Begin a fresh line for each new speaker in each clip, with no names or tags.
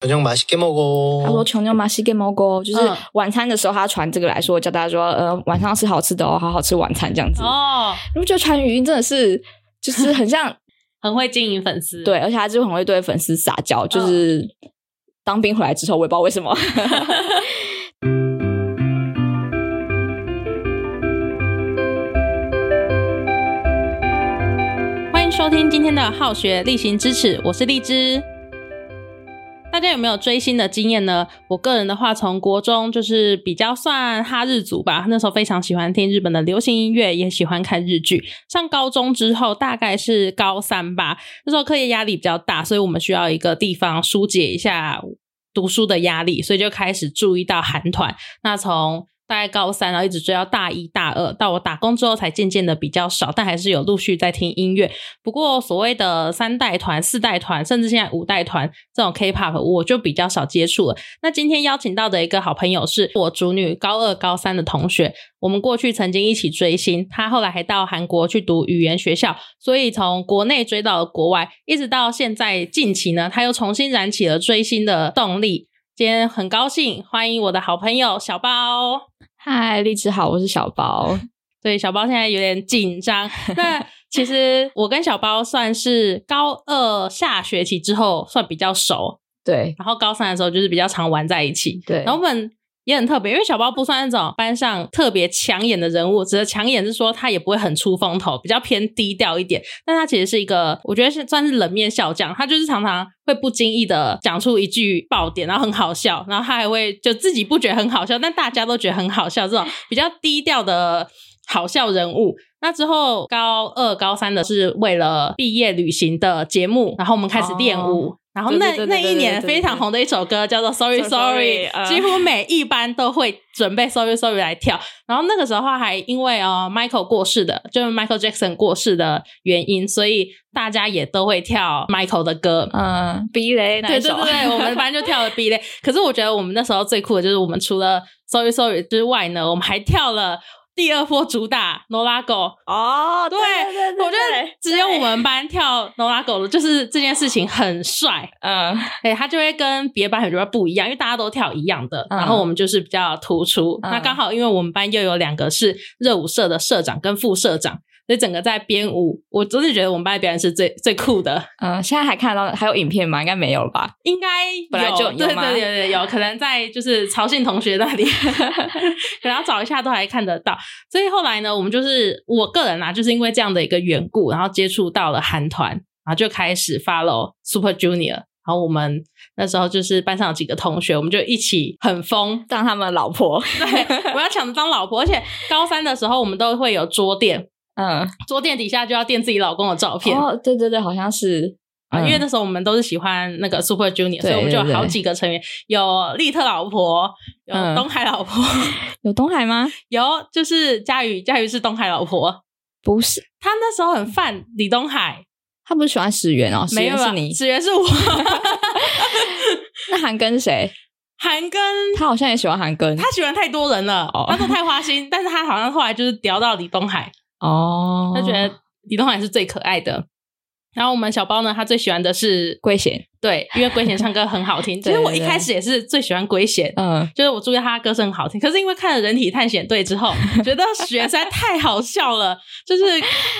저녁 맛있게 먹어.
他说穷牛马西给猫狗，就是
嗯
晚餐的时候，他传这个来说，叫大家说，呃，晚上要吃好吃的哦，好好吃晚餐这样子。
哦，
你不觉得传语音真的是，就是很 像
很会经营粉丝，
对，而且他就是很会对粉丝撒娇，就是当兵回来之后，我也不知道为什么。
欢迎收听今天的《好学例行支持》，我是荔枝。大家有没有追星的经验呢？我个人的话，从国中就是比较算哈日族吧，那时候非常喜欢听日本的流行音乐，也喜欢看日剧。上高中之后，大概是高三吧，那时候课业压力比较大，所以我们需要一个地方疏解一下读书的压力，所以就开始注意到韩团。那从大概高三，然后一直追到大一大二，到我打工之后才渐渐的比较少，但还是有陆续在听音乐。不过所谓的三代团、四代团，甚至现在五代团这种 K-pop，我就比较少接触了。那今天邀请到的一个好朋友是我主女高二、高三的同学，我们过去曾经一起追星，她后来还到韩国去读语言学校，所以从国内追到了国外，一直到现在近期呢，她又重新燃起了追星的动力。今天很高兴欢迎我的好朋友小包。
嗨，荔枝好，我是小包。
对，小包现在有点紧张。那其实我跟小包算是高二下学期之后算比较熟，
对
然后高三的时候就是比较常玩在一起。
对，
然后我们也很特别，因为小包不算那种班上特别抢眼的人物，只是抢眼是说他也不会很出风头，比较偏低调一点。但他其实是一个，我觉得是算是冷面笑匠，他就是常常会不经意的讲出一句爆点，然后很好笑，然后他还会就自己不觉得很好笑，但大家都觉得很好笑，这种比较低调的好笑人物。那之后高二、高三的是为了毕业旅行的节目，然后我们开始练舞。然后那
哦对对对
那
对
一
对
年
对
非常红的一首歌叫做《Sorry
So
Sorry 嗯
Sorry，》，呃
几乎每一班都会准备《Sorry Sorry》来跳。然后那个时候还因为呃 Michael 过世的，就是 Michael Jackson 过世的原因，所以大家也都会跳 Michael 的歌。呃
嗯，避雷那
对
一
对
首，
对 对， 我们班就跳了 B 类。可是我觉得我们那时候最酷的就是我们除了 Sorry Sorry 之外呢，我们还跳了第二波主打 No La Go。
哦，
对
对
我觉得只有我，们班跳 No La Go 的，就是这件事情很帅。
嗯，
哎、他就会跟别班很多不一样，因为大家都跳一样的，
嗯
然后我们就是比较突出。
嗯
那刚好因为我们班又有两个是热舞社的社长跟副社长，所以整个在编舞，我真的觉得我们班的表演是最最酷的。
嗯，现在还看到还有影片吗？应该没有了吧？
应该
本来
有
就有
对对
吗
对 对有，可能在就是曹信同学那里， 可能要找一下都还看得到。所以后来呢，我们就是我个人啊，就是因为这样的一个缘故，然后接触到了韩团，然后就开始 follow Super Junior。然后我们那时候就是班上有几个同学，我们就一起 很疯，
当他们老婆，
对，我要抢着当老婆。而且高三的时候，我们都会有桌垫，
嗯，
桌垫底下就要垫自己老公的照片。
哦，对对对，好像是
啊，因为
嗯
那时候我们都是喜欢那个 Super Junior，所以
对
我们就有
对
好
对
几个成员，有利特老婆，有
嗯
东海老婆，
有东海吗？
有就是佳宇，佳宇是东海老婆，
不是，
她那时候很犯李东海，
他不是喜欢始源哦，始
没有
源
啊
是你。
始源是我，
那韩庚是谁？
韩庚。
他好像也喜欢韩庚
他喜欢太多人了，
哦
他都太花心， 但是他好像后来就是聊到李东海，
哦，
他觉得李东海是最可爱的。然后我们小包呢，他最喜欢的是
圭贤，
对，因为龟贤唱歌很好 听。其实
对
我一
对
开始也是最喜欢龟贤，
嗯，
就是我注意到他的歌声很好听，可是因为看了《人体探险队》之后，觉得许愿实在太好笑了，就是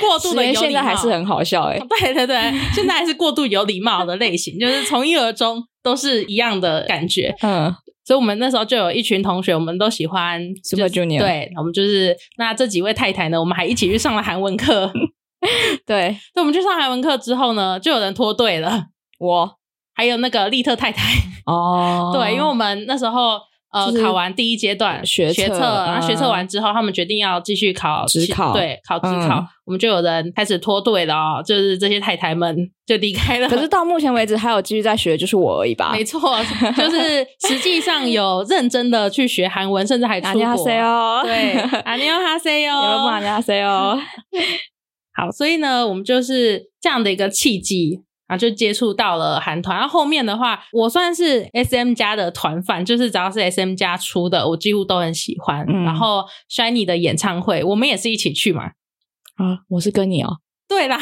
过度
始
的有
源
礼貌。
现在还是很好笑 哎，
对对对，现在还是过度有礼貌的类型，就是从一而终都是一样的感觉。
嗯，
所以我们那时候就有一群同学，我们都喜欢
Super
就是
Junior
对，我们就是那这几位太太呢，我们还一起去上了韩文课。
对
所以我们去上韩文课之后呢，就有人脱队了，
我
还有那个利特太太。
哦，
对，因 为我们那时候呃、
就是
考完第一阶段
学
学
测
测，然后学测
嗯
完之后，他们决定要继续考
职
其
考
对，考职考，
嗯
我们就有人开始脱队了哦，就是这些太太们就离开了。
可是到目前为止还有继续在学，就是我而已吧。
没错，就是实际上有认真的去学韩文，甚至还出
안녕하
国。
세요，
对， 안녕하세
哦有人问안
요。
녕하세요，
好，所以呢，我们就是这样的一个契机。啊，就接触到了韩团。然后后面的话，我算是 S M 家的团饭，就是只要是 S M 家出的，我几乎都很喜欢。
嗯
然后 Shiny 的演唱会，我们也是一起去嘛。
啊，我是跟你哦，
对啦，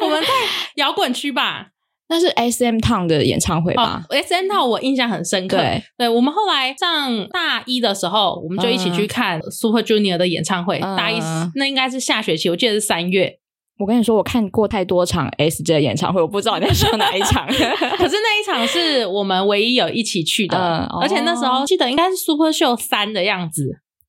我们在摇滚区吧，
那是 S M Town 的演唱会吧？
哦，S N 套我印象很深刻。
对，
对我们后来上大一的时候，我们就一起去看 Super Junior 的演唱会。
嗯
大一那应该是下学期，我记得是三月。
我跟你说，我看过太多场 S J 的演唱会，我不知道你在说哪一场。
可是那一场是我们唯一有一起去 的，
嗯哦
而且那时候记得应该是 Super Show 三的样子。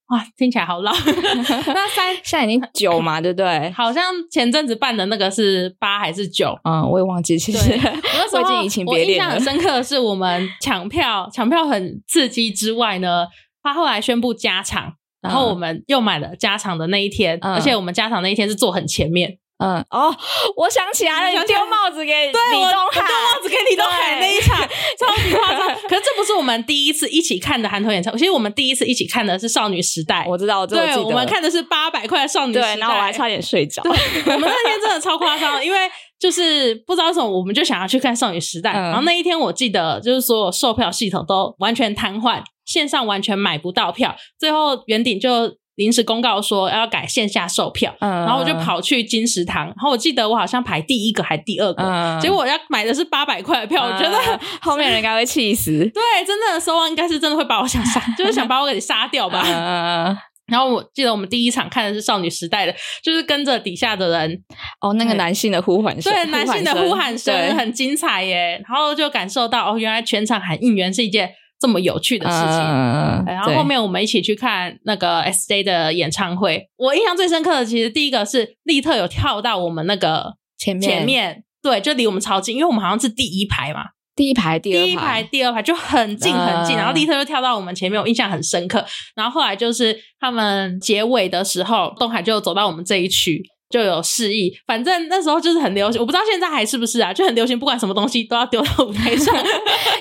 哇，听起 来好老。那三
现在已经九嘛，对不对？
好像前阵子办的那个是八还是九？
嗯，我也忘记，其实
对我那时
我
候
已经移情
我
别
印
恋
象
了
很。深刻的是，我们抢票， 抢票很刺激之外呢，他后来宣布加场，然后我们又买了加场的那一天，
嗯
而且我们加场那一天是坐很前面，
嗯，哦，我想起来
你
了，
想
你
起
丢
来
帽子给李
对我
东
我丢
汉，
帽子给李宗翰
对
那一场超级夸张。可是这不是我们第一次一起看的韩团演唱会，其实我们第一次一起看的是少女时代，
我知道，这我
对，
记得。
我们看的是八百块的少女时代，
对，然后我还差点睡着。
我们那天真的超夸张的，因为就是不知道为什么，我们就想要去看少女时代。
嗯
然后那一天我记得，就是所有售票系统都完全瘫痪，线上完全买不到票。最后圆顶就临时公告说要改线下售票，
嗯，
然后我就，跑去金石堂。然后我记得我好像排第一个还第二个，
嗯
结果我要买的是八百块的票，我觉得
嗯。后面人应该会气死。
对，真的收完应该是真的会把我想 杀，就是想把我给杀掉吧。
嗯，
然后我记得我们第一场看的是少女时代的，就是跟着底下的人
哦，那个男性的呼唤声，
对男性的呼喊
对
声很精彩耶，然后就感受到哦，原来全场喊应援是一件这么有趣的事情。
嗯嗯嗯嗯
对然后
对
后面我们一起去看那个 S J 的演唱会，我印象最深刻的其实第一个是利特有跳到我们那个
前面
前面，对，就离我们超近，因为我们好像是第一排嘛，
第一排、第
第
二
一排、第二排就很近很近，
嗯
然后利特就跳到我们前面，我印象很深刻。然后后来就是他们结尾的时候，东海就走到我们这一区。就有示意，反正那时候就是很流行，我不知道现在还是不是啊，就很流行，不管什么东西都要丢到舞台 上。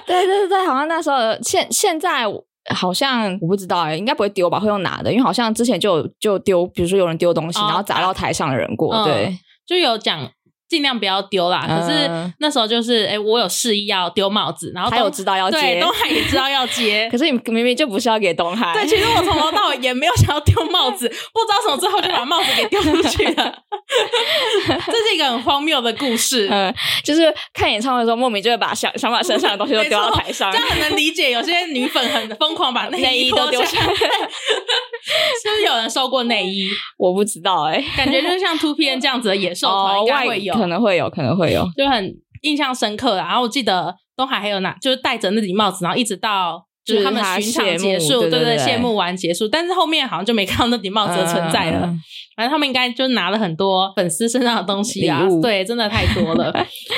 对对对，好像那时候现现在好像我不知道哎、应该不会丢吧，会用拿的，因为好像之前就有就丢，比如说有人丢东西，
哦
然后砸到台上的人过，
嗯
对，
就有讲尽量不要丢啦，可是
嗯
那时候就是，哎、我有示意要丢帽子，然后
他有
东
知道要
对
接
东，海也知道要 接，
可是你明明就不是要给东海，
对，其实我从头到尾也没有想要丢帽子，不知道什么最后就把帽子给丢出去了。这是一个很荒谬的故事，
嗯，就是看演唱会的时候，莫名就会把想想把身上的东西都
没错
丢到台上
这。样很能理解有些女粉很疯狂把内
内
衣
衣都
脱
丢下
下来。
来
是不是有人收过内衣？
我不知道哎、哦
感觉就是像 Two P N 这样子的野兽团应该会有，
可能会有，可能会有。
就很印象深刻啦。然后我记得东海还有拿，就是戴着那顶帽子，然后一直到。就是他们巡场结束，
就是他谢幕对
对
对对
谢幕完结束，但是后面好像就没看到那顶帽子的存在了。
嗯
反正他们应该就拿了很多粉丝身上的东西啊
礼，物
对，真的太多 了。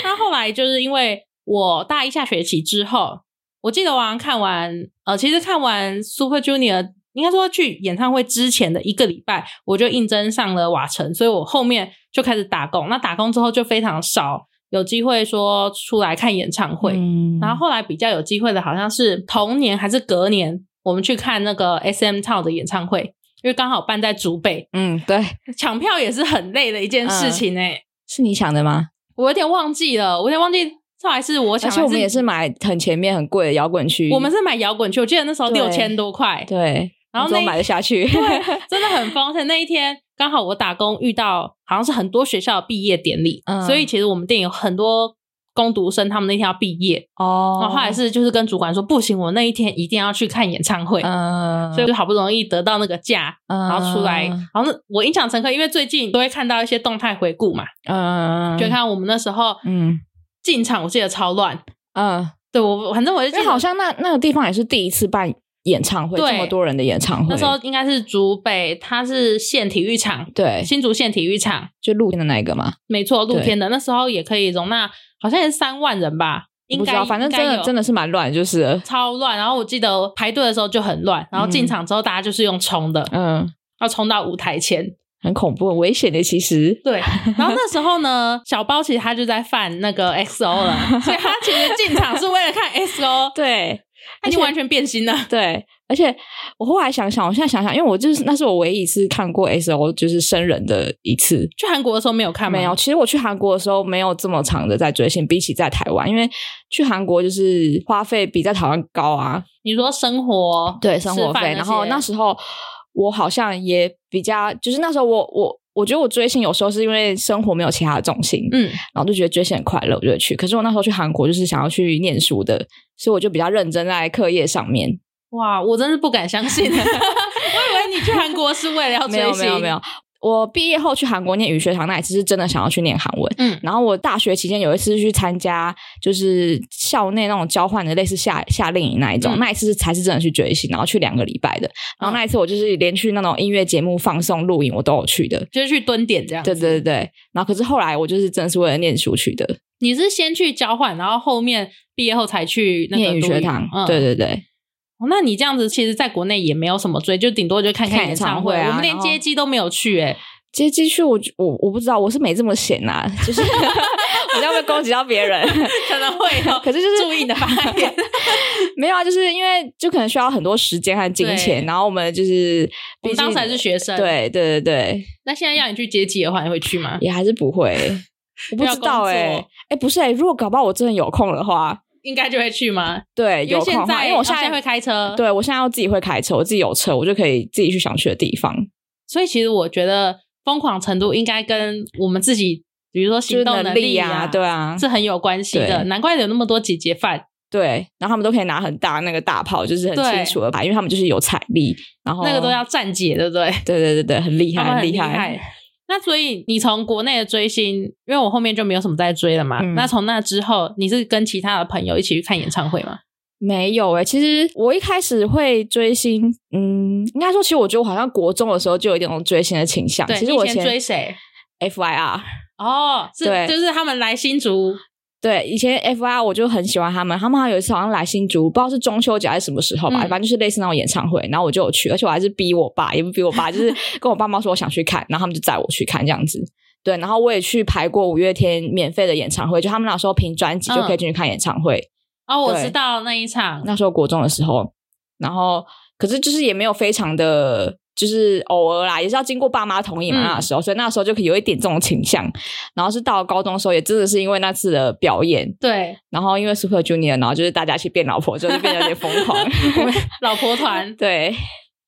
那后来就是因为我大一下学期之后，我记得我好像看完，呃，其实看完 Super Junior，应该说去演唱会之前的一个礼拜，我就应征上了瓦城，所以我后面就开始打工。那打工之后就非常少有机会说出来看演唱会，
嗯
然后后来比较有机会的，好像是同年还是隔年，我们去看那个 S M Town 的演唱会。因为刚好办在竹北，
嗯，对，
抢票也是很累的一件
嗯
事情哎、
是你想的吗？
我有点忘记了，我有点忘记后来是我抢
而
还
且我们也是买很前面很贵的摇滚区，
我们是买摇滚区，我记得那时候
对
六千多块，
对，
然后
你怎
那
么买得下去？
对，真的很丰盛。那一天刚好我打工遇到，好像是很多学校的毕业典礼，
嗯
所以其实我们店有很多工读生，他们那天要毕业，
哦
然后后来是就是跟主管说，不行，我那一天一定要去看演唱会，
嗯，
所以就好不容易得到那个假，
然
然后出来，
嗯
然后那我印象深刻，因为最近都会看到一些动态回顾嘛，
嗯，
就看我们那时候
嗯
进场，我记得超乱。
嗯，
对我，反正我就
因
记
为
得
好像那那个地方也是第一次办演唱会，
对
这么多人的演唱会，
那时候应该是竹北，它是县体育场，
对，
新竹县体育场，
就露天的那一个嘛，
没错，露天的。那时候也可以容纳，好像也是三万人吧，应
不知
该
道，反正真的真
的
的是蛮乱，就是了
超乱。然后我记得排队的时候就很乱，然后进场之后大家就是用冲的，
嗯，
要冲到舞台前。
很恐怖、很危险的，其实。
对，然后那时候呢，小包其实他就在犯那个 XO 了，所以他其实进场是为了看 XO，
对
他已经完全变心了。
对，而且我后来想想，我现在想想，因为我就是那是我唯一一次看过 S O 就是生人的一次，
去韩国的时候没有看吗？
没有，，其实我去韩国的时候没有这么长的在追星，比起在台湾，因为去韩国就是花费比在台湾高啊，
你说生活
对生活
吃饭
费。
那
然后
些
那时候我好像也比较，就是那时候我我我觉得我追星有时候是因为生活没有其他的重心，
嗯，
然后就觉得追星很快乐，我就会去。可是我那时候去韩国就是想要去念书的，所以我就比较认真在课业上面。
哇，我真是不敢相 信，我以为你去韩国是为了哦要追
没有
星，
没有没有，我毕业后去韩国念语学堂那一次是真的想要去念韩文。
嗯
然后我大学期间有一次去参加，就是校内那种交换的，类似夏夏令营那一种，
嗯
那一次是才是真的去追星，然后去两个礼拜的。然后那一次我就是连去那种音乐节目放送、录影，我都有去的。
就是去蹲点这样。
对对对对，然后可是后来我就是真的是为了念书去的，
你是先去交换，然后后面毕业后才去那个
念语
读
学堂。
嗯，
对。对对，
哦那你这样子，其实在国内也没有什么追，就顶多就看
看
演
演
唱
唱会啊
我们连
然后
街机都没有去、 哎，
接继续我我我不知道，我是没这么闲呐、就是 我这样会攻击到别人。
可能会有。
可是就是
注意你的发言，
没有啊，就是因为就可能需要很多时间和金钱，
对
然后我们就是毕
我们
竟
当时还是学生，。
对对对对，
那现在要你去接机的话，你会去吗？
也还是不 会，我不知道
要
哎、
工
欸、
作
哎、不是哎、如果搞不好我真的有空的话，
应该就会去吗？
对，有空
现
的话，
在
因为我
哦现
在,、
会开车，，
对我现在要自己会开车，我自己有车，我就可以自己去想去的地方，
所以其实我觉得疯狂程度应该跟我们自己，比如说
就
行
是
动
能
力
力啊，对啊，
是很有关系的。
对
难怪有那么多姐姐饭，
对，然后他们都可以拿很大那个大炮，就是很
对
清楚的牌，因为他们就是有财力，然后
那个都要站姐，对不对？
对对对哦对，很厉
他
害，
们很
厉
厉
害，
害。那所以你从国内的追星，因为我后面就没有什么在追了嘛。
嗯
那从那之后，你是跟其他的朋友一起去看演唱会吗？
没有诶、其实我一开始会追星，嗯，应该说，其实我觉得我好像国中的时候就有一点那种追星的倾向。
对，
其实
你以
我
前追谁？
FYR，
哦，是
对
就是他们来新竹，
对，以前 FYR 我就很喜欢他们，他们好像有一次好像来新竹，不知道是中秋节还是什么时候吧，
嗯
反正就是类似那种演唱会，然后我就有去，而且我还是逼我爸，也不逼我爸， 就是跟我爸妈说我想去看，然后他们就载我去看这样子。对，然后我也去排过五月天免费的演唱会，就他们那时候凭专辑
嗯
就可以进去看演唱会。
哦，我
对
知道那一场，
那时候国中的时候，然后可是就是也没有非常的，就是偶尔啦，也是要经过爸妈同意嘛。
嗯
那时候，所以那时候就可以有一点这种倾向。然后是到了高中的时候，也真的是因为那次的表演，
对，
然后因为 Super Junior，然后就是大家一起变老婆，之后就变得有点疯狂。，
我们 老婆 团
对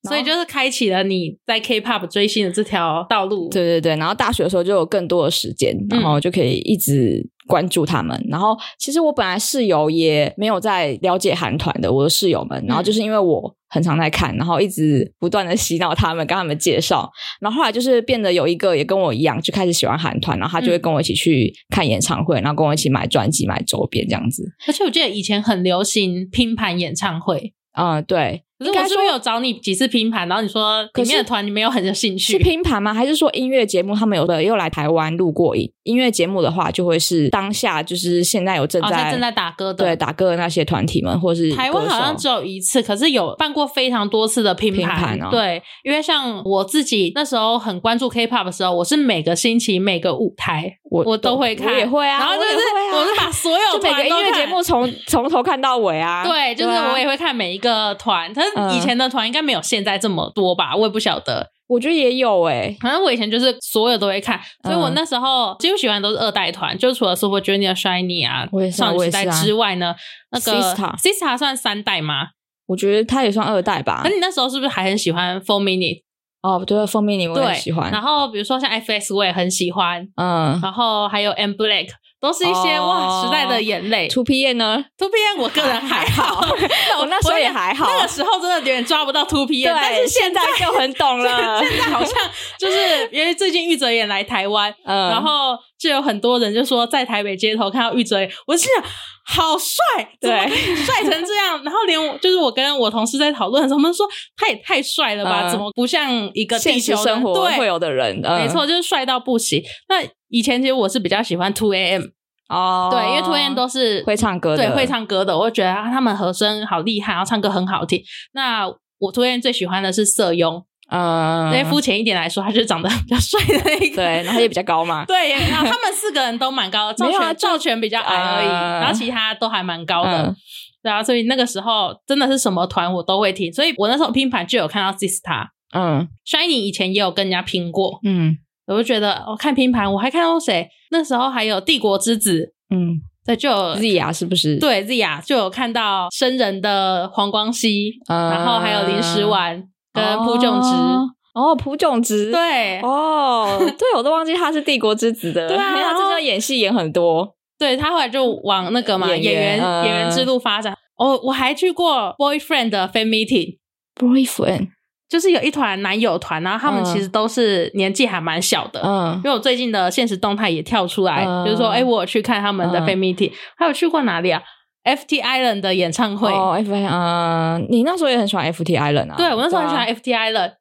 所以就是开启了你在 K-pop 追星的这条道路。
对对对，然后大学的时候就有更多的时间，然后就可以一直关注他们。然后其实我本来室友也没有在了解韩团的，我的室友们，然后就是因为我很常在看，然后一直不断的洗脑他们，跟他们介绍。然后后来就是变得有一个也跟我一样，就开始喜欢韩团，然后他就会跟我一起去看演唱会，然后跟我一起买专辑、买周边这样子。
而且我记得以前很流行拼盘演唱会，
嗯，对，
可是
应该
我是
说
不是有找你几次拼盘，然后你说里
可是
面的团你没有很有兴
是
趣，
拼盘吗？还是说音乐节目他们有的又来台湾录过影？音乐节目的话，就会是当下就是现在有正
哦，
在、
他正在打歌的，
对打歌的那些团体们，或是
台湾
歌手
好像只有一次，可是有办过非常多次的拼
拼盘哦
对，因为像我自己那时候很关注 K-pop 的时候，我是每个星期每个舞台
我
我都会看，
我也会啊，
然后就
我也
是
会啊
我是把所有
就每个
团
音
都
乐
看
节目。从从头看到尾啊。
对，就是
啊嗯
我也会看每一个团，但是以前的团应该没有现在这么多吧，我也不晓得。
我觉得也有哎、
反正我以前就是所有都会看，所以我
嗯
那时候几乎喜欢的都是二代团，就除了 Super Junior、Shiny 啊
我也、是啊
少女
我也
时
是啊
代之外呢，那个
Sistar
Sista 算三代吗？
我觉得他也算二代吧
那。你那时候是不是还很喜欢 Four Minute？
哦，对，蜂蜜你我
对，
也喜欢。
然后比如说像 FX 我也很喜欢，
嗯
然后还有 M Black，都是一些、
哦
哇时代的眼泪。
，To P E 呢？
Two PM 我个 人还好，
我那时候也还好
那个时候真的有点抓不到 Two
对
PM，，但是
现在就很懂了。
现在好像 就是因为最近玉泽演来台湾，
嗯，
然后就有很多人就说在台北街头看到玉泽演，我心想好帅，怎么
对
可以帅成这样？ 然后连我就是我跟我同事在讨论的时候，他们说他也太帅了吧，
嗯
怎么不像一个地
现
球
实生活
对
会有的人，嗯
没错，就是帅到不行。那以前其实我是比较喜欢 Two AM，、
哦，
对，因为 Two AM 都是
会唱歌的，
对会唱歌的，我就觉得啊他们和声好厉害，然后唱歌很好听。那我 Two AM 最喜欢的是瑟庸，
嗯，
因为肤浅一点来说，他就是长得比较帅的那一个。
对，然后也比较高嘛，
对，然后他们四个人都蛮高的，赵
没有啊
全赵全比较矮而已，
呃
然后其他都还蛮高的
嗯。
对啊，所以那个时候真的是什么团我都会听，所以我那时候拼盘就有看到 Sista。
嗯
Shiny 以前也有跟人家拼过，
嗯
我就觉得我、哦看拼盘，我还看到谁？那时候还有《帝国之子
嗯》，
对，就有
，Z 啊是不是？，
对 Zia 就有看到生人的黄光熙，
嗯
然后还有林时，丸跟朴炯植，
哦哦，朴炯植，
对，
哦，对，我都忘记他是帝国之子的，
对啊
因为他
然后
真的演戏演很多，
对他后来就往那个嘛
演
演
员
员
嗯
演员之路发展。哦，我还去过 boyfriend 的 fan meeting，
boyfriend，
就是有一团男友团，然后他们
嗯
其实都是年纪还蛮小的。
嗯
因，为我最近的现实动态也跳出来，
嗯
就是说，哎、我有去看他们的
嗯
fan meeting，、还有去过哪里啊？FT Island 的演唱会，
哦，F I，嗯，你那时候也很喜欢 F T Island 啊？
对我那时候很喜欢
对啊
FT Island，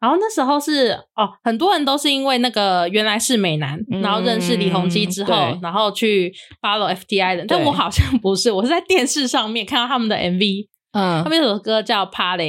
然后那时候是哦，很多人都是因为那个原来是美男，
嗯
然后认识李弘基之后
对，
然后去 follow FT Island，但
对
我好像不是，我是在电视上面看到他们的 MV，他
嗯
们有首歌叫《Party》，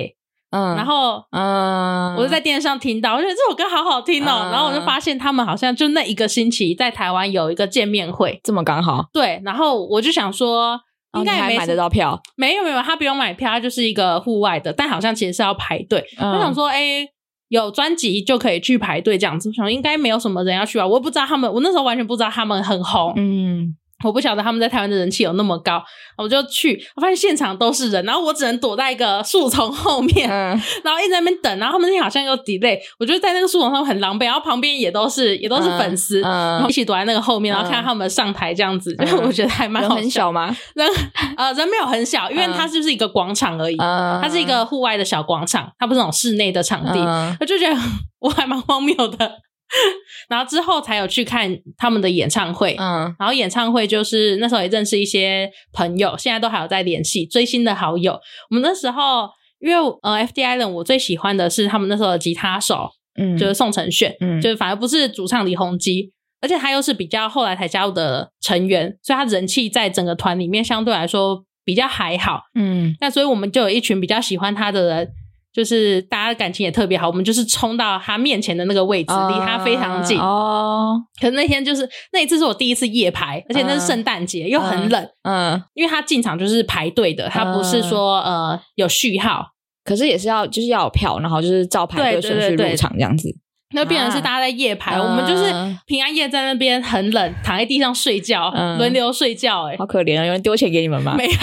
嗯，
然后。
嗯，
我就在电视上听到，我觉得这首歌好好听哦、
嗯
然后我就发现他们好像就那一个星期在台湾有一个见面会，
这么刚好，
对，然后我就想说，
哦
应
你
该也
还
没
买
什
得到票，
没有没有，他不用买票，他就是一个户外的，但好像其实是要排队。
嗯
我想说，哎、有专辑就可以去排队这样子，我想应该没有什么人要去吧。我也不知道他们，我那时候完全不知道他们很红，
嗯，
我不晓得他们在台湾的人气有那么高，我就去，我发现现场都是人，然后我只能躲在一个树丛后面，
嗯，
然后一直在那边等，然后他们那天好像有 delay，我就在那个树丛上很狼狈，然后旁边也都是也都是粉丝。然
嗯
后一起躲在那个后面，然后看
嗯
他们上台这样子，就
嗯
是 我觉得还蛮
人
好
很
笑
小吗？
人呃人没有很小，因为
嗯
它就是一个广场而已，
嗯，
它是一个户外的小广场，它不是那种室内的场地，
嗯
我就觉得我还蛮荒谬的。 然后之后才有去看他们的演唱会，
嗯
然后演唱会就是那时候也认识一些朋友，现在都还有在联系，追星的好友。我们那时候因为呃 F D I 人，我最喜欢的是他们那时候的吉他手，
嗯，
就是宋承炫，
嗯
就是反而不是主唱李弘基，而且他又是比较后来才加入的成员，所以他人气在整个团里面相对来说比较还好。
嗯
那所以我们就有一群比较喜欢他的人，就是大家感情也特别好，我们就是冲到他面前的那个位置，离他非常近。
嗯哦，
可是那天就是那一次是我第一次夜排，而且那是圣诞节，又很冷，
嗯，
因为他进场就是排队的，他不是说、呃有序号，
可是也是要就是要有票，然后就是照排
对
队
对
顺序
对对
入场这样子，
那变成是
啊
大家在夜排，我们就是
嗯
平安夜在那边很冷，躺在地上睡觉，
嗯
轮流睡觉、 欸，
好可怜啊！有人丢钱给你们吗？
没有。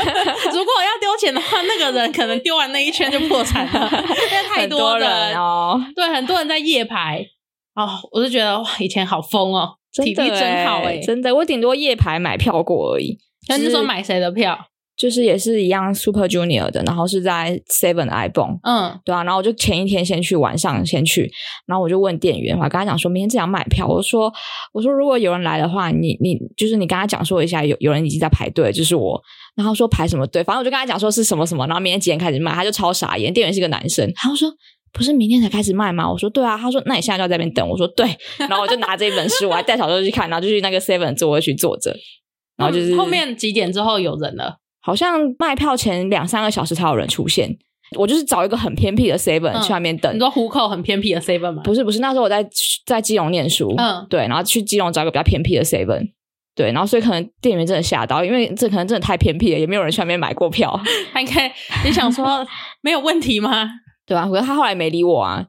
如果要丢钱的话，那个人可能丢完那一圈就破产了，因为太
很多
人。
人哦，
对，很多人在夜排哦，我就觉得哇，以前好疯哦，体力
的
真好哎、
欸真的，我顶多夜排买票过而已。
那你
就是
说买谁的票？
就是也是一样 Super Junior 的，然后是在 Seven iPhone。
嗯
对啊，然后我就前一天先去，晚上先去，然后我就问店员，我还跟他讲说明天只想买票，我说我说如果有人来的话，你你就是你跟他讲说一下，有有人已经在排队，就是我，然后说排什么队，反正我就跟他讲说是什么什么，然后明天几点开始卖，他就超傻眼，店员是个男生，他就说。不是明天才开始卖吗？我说对啊，他说那你现在就要在那边等。我说 对，然后我就拿着一本书，我还带小周去看，然后就去那个 Seven 座位去坐着，然后就是
后面几点之后有人了？
好像卖票前两三个小时才有人出现。我就是找一个很偏僻的 Seven、
嗯
去那边等
你，说虎口很偏僻的 seven 吗？
不是不是，那时候我在在基隆念书，
嗯
对，然后去基隆找一个比较偏僻的 seven。对，然后所以可能店员真的吓到，因为这可能真的太偏僻了，也没有人去那边买过票，
他应该你想说没有问题吗？
对吧、可是他后来没理我啊，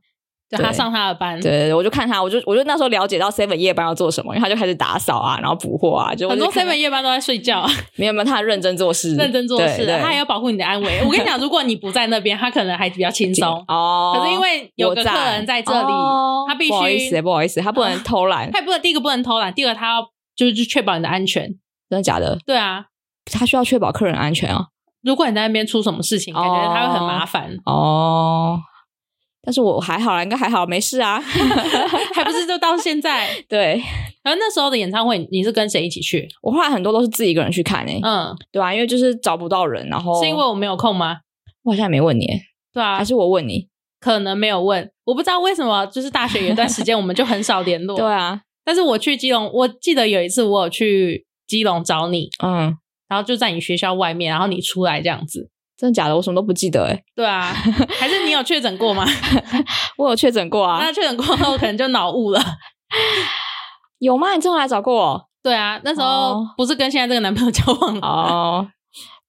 就他
对
上他的班，
对对，对我就看他，我就我就那时候了解到 seven 夜班要做什么，因为他就开始打扫啊，然后补货啊，就
很多
我就看
seven 夜班都在睡觉，
没有没有，他很认真做事，
认真做事，啊
对对
他还要保护你的安危。我跟你讲，如果你不在那边，他可能还比较轻松。
哦，
可是因为有个
我在
客人在这里，
哦
他必须啊
不好意思不好意思，他不能偷 懒，
他也不能第一个不能偷懒，第二个他要就是去确保你的安全。
真的假的？
对啊，
他需要确保客人安全啊，
如果你在那边出什么事情，感觉他会很麻烦，
哦，但是我还好啦，应该还好，没事 啊。
还不是就到现在。
对
然后那时候的演唱会，你是跟谁一起去？
我后来很多都是自己一个人去看诶、
嗯，
对啊，因为就是找不到人，然后
是因为我没有空吗？
我好像也没问你、欸，
对啊
哦还，是我问你？
可能没有问，我不知道为什么，就是大学有一段时间我们就很少联络。
对，啊，
但是我去基隆，我记得有一次我有去基隆找你，
嗯，
然后就在你学校外面，然后你出来这样子。
真的假的？我什么都不记得诶、欸
对啊， 还是你有确诊过吗？
我有确诊过 啊
那？确诊过后可能就脑雾了。
有吗？你真的来找过我？
对啊，那时候
哦
不是跟现在这个男朋友交往了。
哦。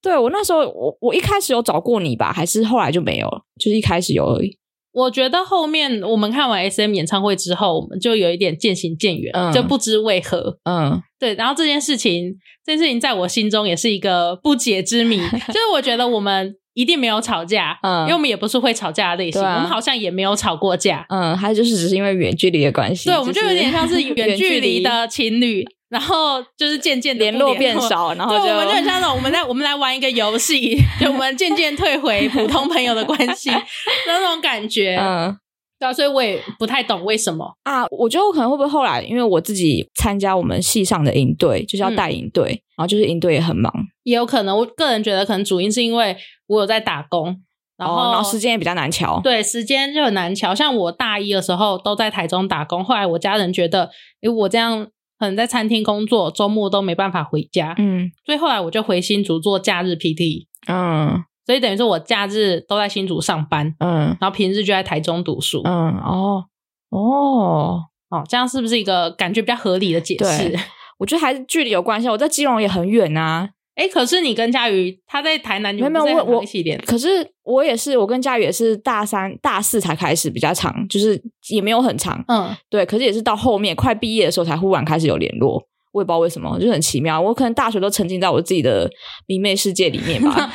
对我那时候，我我一开始有找过你吧，还是后来就没有了？就是一开始有而已。
我觉得后面我们看完 S M 演唱会之后，我们就有一点渐行渐远，
嗯
就不知为何。
嗯
对，然 后这件事情，这件事情在我心中也是一个不解之谜，就是我觉得我们一定没有吵架，
嗯
因为我们也不是会吵架的类型，
对啊
我们好像也没有吵过架。
嗯，还有就是只是因为远距离的关系，
对，我们就有
是
点 像是远距
距
离的情侣，然后就是渐渐地
联
不
络变
络。
少，然后
对，我们就很
就
像那种，我们来我们来玩一个游戏， 就我们渐渐退回普通朋友的关系的那种感觉。
嗯。
对啊，所以我也不太懂为什么。
啊，我觉得我可能会不会后来，因为我自己参加我们系上的营队，就是
嗯
要带营队，然后就是营队也很忙，
也有可能，我个人觉得可能主因是因为我有在打工，然后、
哦然后时间也比较难瞧。
对时间就很难瞧。像我大一的时候都在台中打工，后来我家人觉得，诶，我这样可能在餐厅工作，周末都没办法回家，
嗯
所以后来我就回新竹做假日 E PT，
嗯
所以等于说我假日都在新竹上班，
嗯
然后平日就在台中读书。
嗯，哦哦，
哦，这样是不是一个感觉比较合理的解释
对？我觉得还是距离有关系啊。我在基隆也很远啊，
哎，可是你跟佳瑜他在台南，你们
没有
不是
没有
很
我
常一起 联
可是我也是，我跟佳宇也是大三、大四才开始比较长，就是也没有很长，
嗯，
对，可是也是到后面快毕业的时候才忽然开始有联络。我也不知道为什么，就是很奇妙。我可能大学都沉浸在我自己的迷妹世界里面吧，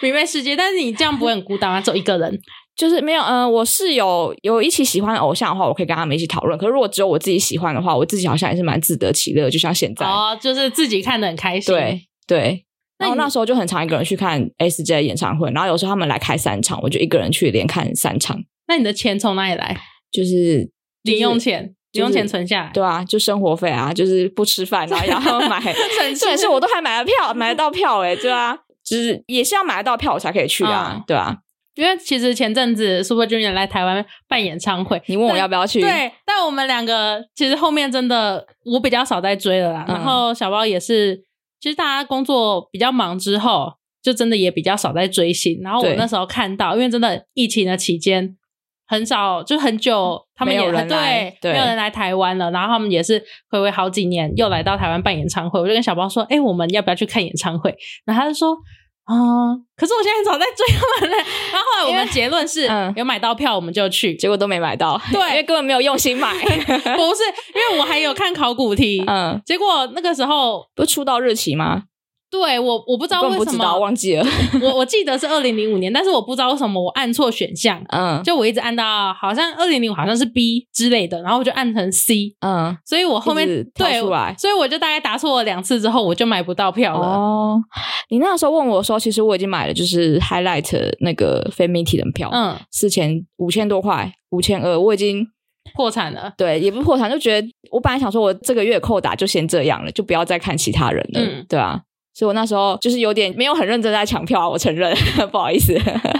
明媚世界，但是你这样不会很孤单啊？只有一个人，
就是没有，嗯、我室友有一起喜欢的偶像的话，我可以跟他们一起讨论。可是如果只有我自己喜欢的话，我自己好像也是蛮自得其乐，就像 现在，
哦，就是自己看的很开心。
对对。
那
然后
你
那时候就很常一个人去看 S J 演唱会，然后有时候他们来开三场，我就一个人去连看三场，
那你的钱从哪里来？
就是
零用，钱，
就是
零用钱存下来。
就是对啊，就生活费啊，就是不吃饭，然后让他们买，
省
重点
吃
是我都还买了票，买得到票哎、对啊，就是也是要买得到票我才可以去啊，
嗯
对啊，
因为其实前阵子 Super Junior 来台湾办演唱会，
你问我要不要去，
对，但我们两个其实后面真的我比较少在追了啦。
嗯
然后小包也是，其实大家工作比较忙之后，就真的也比较少在追星。然后我
对
那时候看到，因为真的疫情的期间。很少，就很久，他们也
没有人来对
对，没有人来台湾了。然后他们也是回回好几年，又来到台湾办演唱会。我就跟小包说：“哎、我们要不要去看演唱会？”然后他就说：“啊、可是我现在早在追他们了。”然后后来我们结论是，
嗯
有买到票我们就去。
结果都没买到，
对
因为根本没有用心 买，
不是，因为我还有看考古题，
嗯。
结果那个时候
不是出道日期吗？
对我我不知道
根本
为
不
什
知道，
么，
忘记了。
我我记得是二零零五年，但是我不知道为什么我按错选项，
嗯
就我一直按到好像二零零五好像是 B 之类的，然后我就按成 C，
嗯，
所以我后面
一直跳
对
出来，
所以我就大概答错了两次之后，我就买不到票了。
哦，你那时候问我的时候，其实我已经买了，就是 Highlight 那个 Fan Meeting 的票，
嗯，
四千五千多块，五千二，我已经
破产了。
对也不是破产，就觉得我本来想说我这个月扣打就先这样了，就不要再看其他人了，
嗯
对啊。所以我那时候就是有点没有很认真在抢票啊，我承认， 不好意思。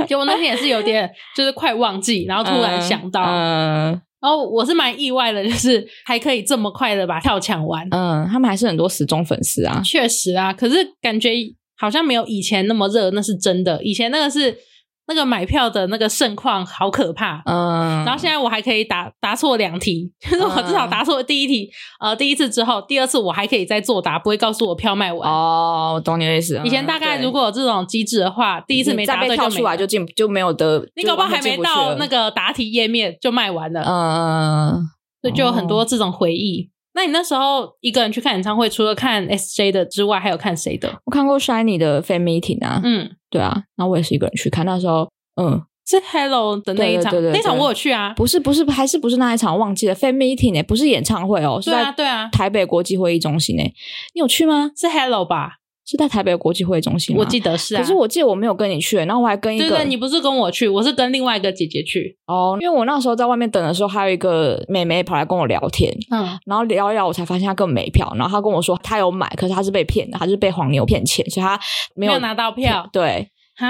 结果那天也是有 点，就是快忘记，然后突然想到，
嗯
然后我是蛮意外的，就是还可以这么快的把票抢完。
嗯，他们还是很多死忠粉丝啊，
确实啊，可是感觉好像没有以前那么热，那是真的。以前那个是那个买票的那个盛况好可怕。
嗯，
然后现在我还可以答答错两题， 就是我至少答错第一题，呃，第一次之后，第二次我还可以再作答，不会告诉我票卖完。
哦，我懂你的意思。
以前
嗯
大概
对
如果有这种机制的话，第一次没
你再
答
被
对就
跳
没
出来
了
就进就没有得，
你
就
搞不好
完
还
全进不
没
去
到
了
那个答题页面就卖完了，
嗯，
所以就有很多这种回忆。那你那时候一个人去看演唱会，除了看 SJ 的之外，还有看谁的？
我看过 Shiny 的 fan meeting 啊，
嗯，
对啊，然后我也是一个人去看，那时候嗯，
是 Hello 的那一场，
对对对对对
那一场我有去啊。
不是不是还是不是那一场忘记了 fan meeting 呢、不是演唱会哦，是
对啊，
在
对啊，
台北国际会议中心呢、你有去吗？
是 Hello 吧？
是在台北国际会议中心吗？
我记得是啊。
可是我记得我没有跟你去、欸然后我还跟一
对
个
对，你不是跟我去，我是跟另外一个姐姐去。
哦，因为我那时候在外面等的时候，还有一个妹妹跑来跟我聊天，
嗯，
然后聊一聊，我才发现他根本没票。然后他跟我说他有买，可是他是被骗的，他是被黄牛骗钱，所以他没
没
有
有拿 到票
对，
哈，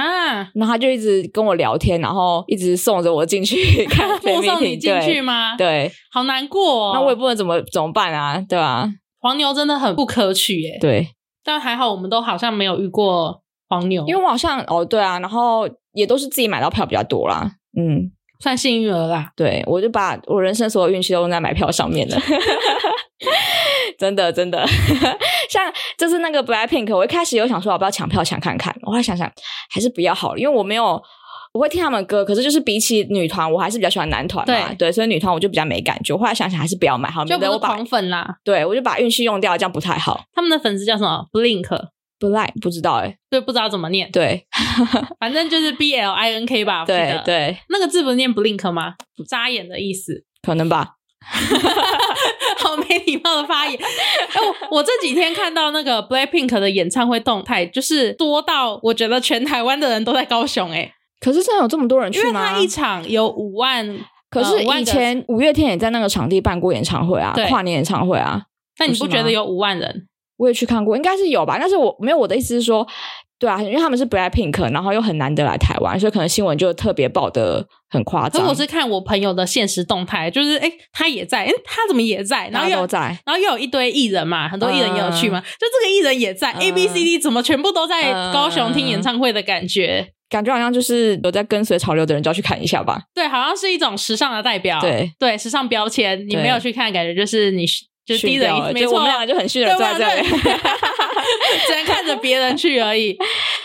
然后他就一直跟我聊天，然后一直送着我进 去看 fan
附送你
meeting，
进去
对
吗？，
对，
好难过哦。
那我也不能怎么怎么办啊，对吧、
黄牛真的很不可取耶。
对，
但还好我们都好像没有遇过黄牛，
因为我好像哦，对啊，然后也都是自己买到票比较多啦。嗯，
算幸运儿啦。
对，我就把我人生所有运气都用在买票上面 了。真的，真的， 像就是那个 Blackpink，我一开始有想说要不要抢票抢看看，我后来想想还是不要好了，因为我没有我会听他们歌，可是就是比起女团，我还是比较喜欢男团嘛，
对
对，所以女团我就比较没感觉。我后来想想还是不要买好，
就
免
不
得
是
我把
狂粉啦，
对我就把运气用掉，这样不太好。
他们的粉丝叫什么？Blink，
blink 不知道哎、
对，不知道怎么念，
对
反正就是 B L I N K 吧，我记
对
得。
对，
那个字不是念 blink 吗？眨眼的意思。
可能吧。
好没礼貌的发言。哎、我我这几天看到那个 Blackpink 的演唱会动态，就是多到我觉得全台湾的人都在高雄、哎，
可是真的有这么多人
因
去
为
吗
他？一场有五万，
可
呃
是
五万
以
个
前五月天也在那个场地办过演唱会啊
对，
跨年演唱会啊，
那你
不
不
是吗
觉得有五万人？
我也去看过，应该是有吧。但是我没有我的意思是说，对啊，因为他们是 Blackpink，然后又很难得来台湾，所以可能新闻就特别报的很夸
可
张。
我是看我朋友的现实动态，就是哎、他也在，哎、他怎么也在？然
大
后
家
又
都。在，
然后又有一堆艺人嘛，很多艺人也有去嘛，就这个艺人也在、
嗯
a B、C、D 怎么全部都在高雄听演唱会的感觉？
感觉好像就是有在跟随潮流的人就要去看一下吧。
对，好像是一种时尚的代表，
对，
对，时尚标签，你
对
没有去看，感觉就是你就是低
逊
人
掉
一
了
没
就我
错啊
们，俩就很逊的
对
坐
吧？
在这
对，
里。
只能看着别人去而已。啊，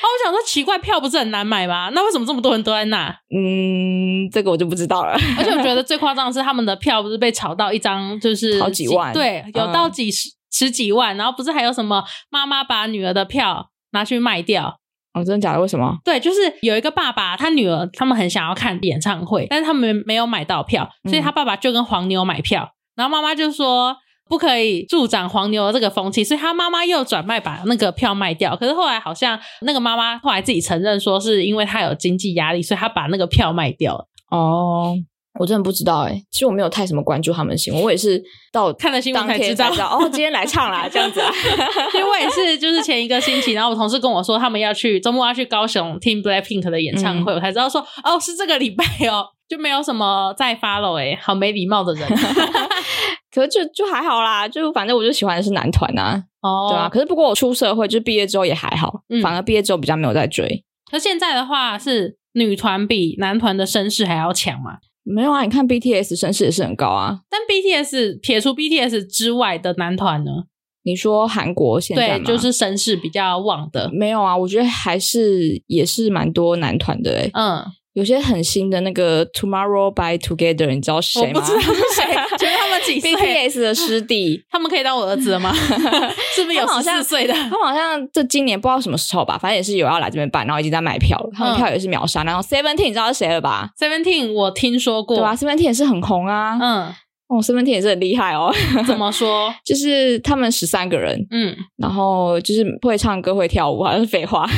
我想说奇怪，票不是很难买吗？那为什么这么多人都在那？
嗯，这个我就不知道了。
而且我觉得最夸张的是，他们的票不是被炒到一张就是
好几万
对，有
嗯
到几十、十几万，然后不是还有什么妈妈把女儿的票拿去卖掉？
哦，真的假的？为什么？
对，就是有一个爸爸，他女儿他们很想要看演唱会，但是他们没有买到票，所以他爸爸就跟黄牛买票，然后妈妈就说。不可以助长黄牛的这个风气，所以他妈妈又转卖把那个票卖掉。可是后来好像那个妈妈后来自己承认说，是因为她有经济压力，所以她把那个票卖掉了。
哦，我真的不知道哎、其实我没有太什么关注他们的新闻，我也是到
看了新闻
当
才
天
知道，
知道哦，今天来唱啦，这样子啊。
因为我也是，就是前一个星期，然后我同事跟我说他们要去周末要去高雄听 Blackpink 的演唱会，我才知道说哦是这个礼拜哦，就没有什么再 follow 哎、好没礼貌的人
可是就就还好啦，就反正我就喜欢的是男团啊，
哦。
对啊。可是不过我出社会，就毕业之后也还好，
嗯
反而毕业之后比较没有在追。
可现在的话是女团比男团的声势还要强嘛？
没有啊，你看 BTS 声势也是很高啊。
但 BTS 撇除 BTS 之外的男团呢，
你说韩国现在
对，
吗
就是声势比较旺的。
没有啊，我觉得还是也是蛮多男团的诶、欸
嗯，
有些很新的那个 Tomorrow by Together，你知道
我
谁
不
吗
知道是 谁，请问他们几岁？
？BTS 的师弟，
他们可以当我儿子了吗？ 是不是有
他们好
十
像
四岁的？
他们好像这今年不知道什么时候吧，反正也是有要来这边办，然后已经在买票了，他
嗯
们票也是秒杀。然后 Seventeen 你知道是谁了吧？
Seventeen 我听说过，
对啊，Seventeen 也是很红啊，
嗯，
哦，Seventeen 也是很厉害哦。
怎么说？
就是他们十三个人，
嗯，
然后就是会唱歌会跳舞，好像是废话。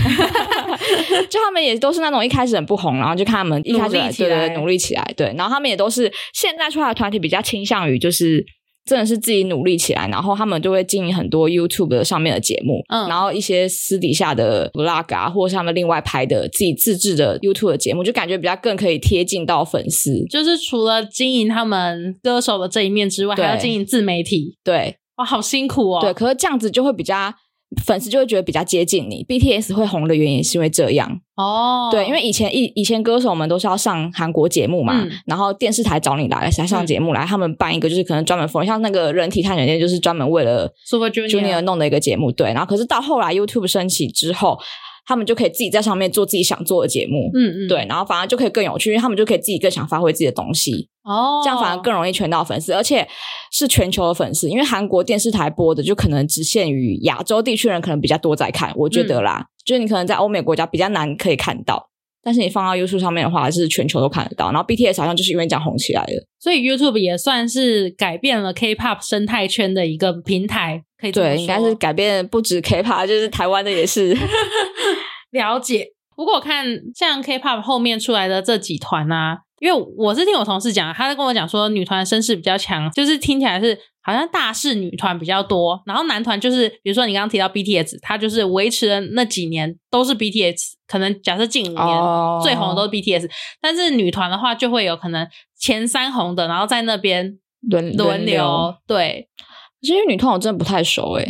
就他们也都是那种一开始很不红，然后就看他们一开始
努力起来
对对对努力起来，对，然后他们也都是现在出来的团体比较倾向于就是真的是自己努力起来，然后他们就会经营很多 YouTube 的上面的节目，
嗯
然后一些私底下的 vlog 啊，或者是他们另外拍的自己自制的 YouTube 的节目，就感觉比较更可以贴近到粉丝，
就是除了经营他们歌手的这一面之外，还
对
要经营自媒体，
对，
哇，好辛苦哦。
对，，可是这样子就会比较。粉丝就会觉得比较接近你，BTS 会红的原因是因为这样，
哦，
对，因为以前以以前歌手们都是要上韩国节目嘛，
嗯
然后电视台找你来才上节目来，他们办一个就是可能专门 for 像那个人体探险店，就是专门为了
Super Junior
弄的一个节目，对，然后可是到后来 YouTube 升起之后，他们就可以自己在上面做自己想做的节目，
嗯嗯，
对，，然后反而就可以更有趣，因为他们就可以自己更想发挥自己的东西，
哦，
这样反而更容易圈到粉丝，而且是全球的粉丝，因为韩国电视台播的就可能只限于亚洲地区人可能比较多在看，我觉得啦，就是你可能在欧美国家比较难可以看到，但是你放到 YouTube 上面的话，是全球都看得到。然后 BTS 好像就是因为这样红起来的，
所以 YouTube 也算是改变了 K-pop 生态圈的一个平台，可以这么
对，
说
应该是改变不止 K-pop，就是台湾的也 是，
了解。不过我看像 K-pop 后面出来的这几团啊，因为我是听我同事讲，他在跟我讲说女团声势比较强，就是听起来是好像大势女团比较多，然后男团就是比如说你刚刚提到 BTS，它就是维持了那几年都是 BTS，可能假设近五年、
哦
最红的都是 BTS，但是女团的话就会有可能前三红的，然后在那边
轮
轮流，对，
其实女团我真的不太熟诶、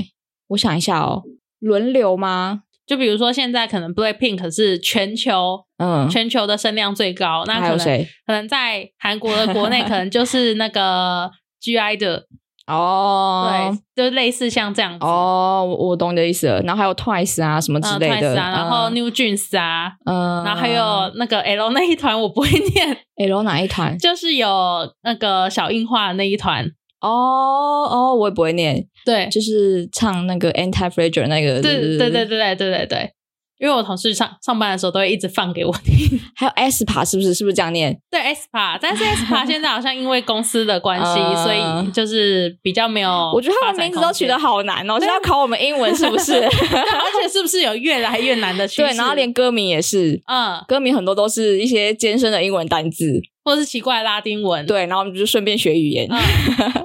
我想一下哦，轮流吗？
就比如说现在可能 BLACKPINK 是全球。
嗯，
全球的声量最高，那
还
可
有
能
谁？
可能在韩国的国内，可能就是那 个 GI 的，
哦，
对，就类似像这样子。
哦，我我懂你的意思了。然后还有 Twice 啊什么之
嗯
类的，
，Twice 啊，然后
嗯
New Jeans 啊，
嗯，
然后还有那个 L 那一团我不会念，
L 哪一团？
就是有那个小樱花的那一团，
哦哦，我也不会念，
对
就是唱那个 Anti Fragile 那个，
对对对对对对对对，因为我同事上上班的时候都会一直放给我听。
还有 S p a 是不是是不是这样念？
对 SPA，但是 SPA 现在好像因为公司的关系，
嗯
所以就是比较没有。
我觉得他们名字都取得，哦好难哦，是要考我们英文是不 是？
对，而且是不是有越来越难的趋势？
对，然后连歌名也是，
嗯，
歌名很多都是一些艰深的英文单字，
或是奇怪的拉丁文。
对，然后我们就顺便学语言。
嗯，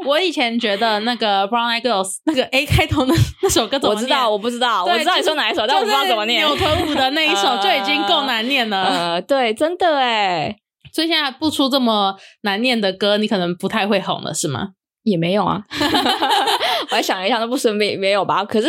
我以前觉得那个 Brown Eyed Girls 那个 A 开头的 那首歌怎么
我
念
知道，我不知道，
对
我知道你说哪一首，但我不知道怎么念
就。是扭臀舞的那一首就已经够难念了，
呃，对，真的哎，
所以现在不出这么难念的歌，你可能不太会红了，是吗？
也没有 啊。我还想了一下，那不是没没有吧？可是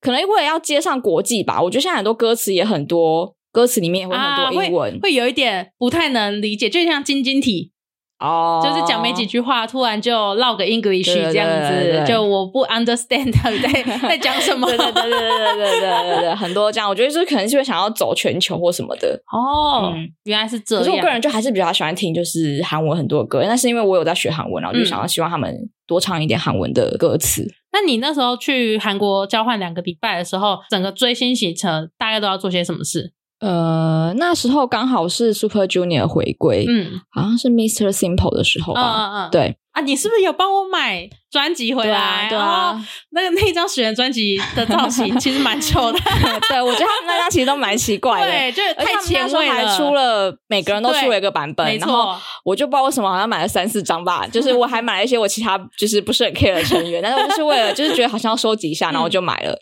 可能为了要接上国际吧，我觉得现在很多歌词也很多，歌词里面也会
啊，
很多
会
英文
会有一点不太能理解，就像晶晶体，
哦，
就是讲没几句话，突然就唠个 English
对对
这样
对
子
对，
就我不 understand 到底在在讲什么
对。对对对对对对对对对，很多这样，我觉得就是可能是会想要走全球或什么的。
哦
嗯，
原来是这
可是我个
样。
人就还是比较喜欢听就是韩文很多歌，那是因为我有在学韩文，然后就想要希望他们多唱一点韩文的歌词。
那你那时候去韩国交换两个礼拜的时候，整个追星行程大概都要做些什么事？
呃，那时候刚好是 Super Junior 回归，
嗯，
好像是 Mr. Simple 的时候
嗯
吧。
嗯嗯，
对，
啊，你是不是有帮我买专辑回
对
来？
啊，对
哦
啊，
那个那一张雪人专辑的造型其实蛮丑的，
对，我觉得他们那张其实都蛮奇怪的。
对，就是
而且
太
他们那
前
时候
卫
还
了。
出了，每个人都出了一个版本，
没
然后
错，
我就不知道为什么好像买了三四张吧，就是我还买了一些我其他就是不是很 care 的成员，但是我就是为了就是觉得好像要收集一下，然
嗯
后我就买了。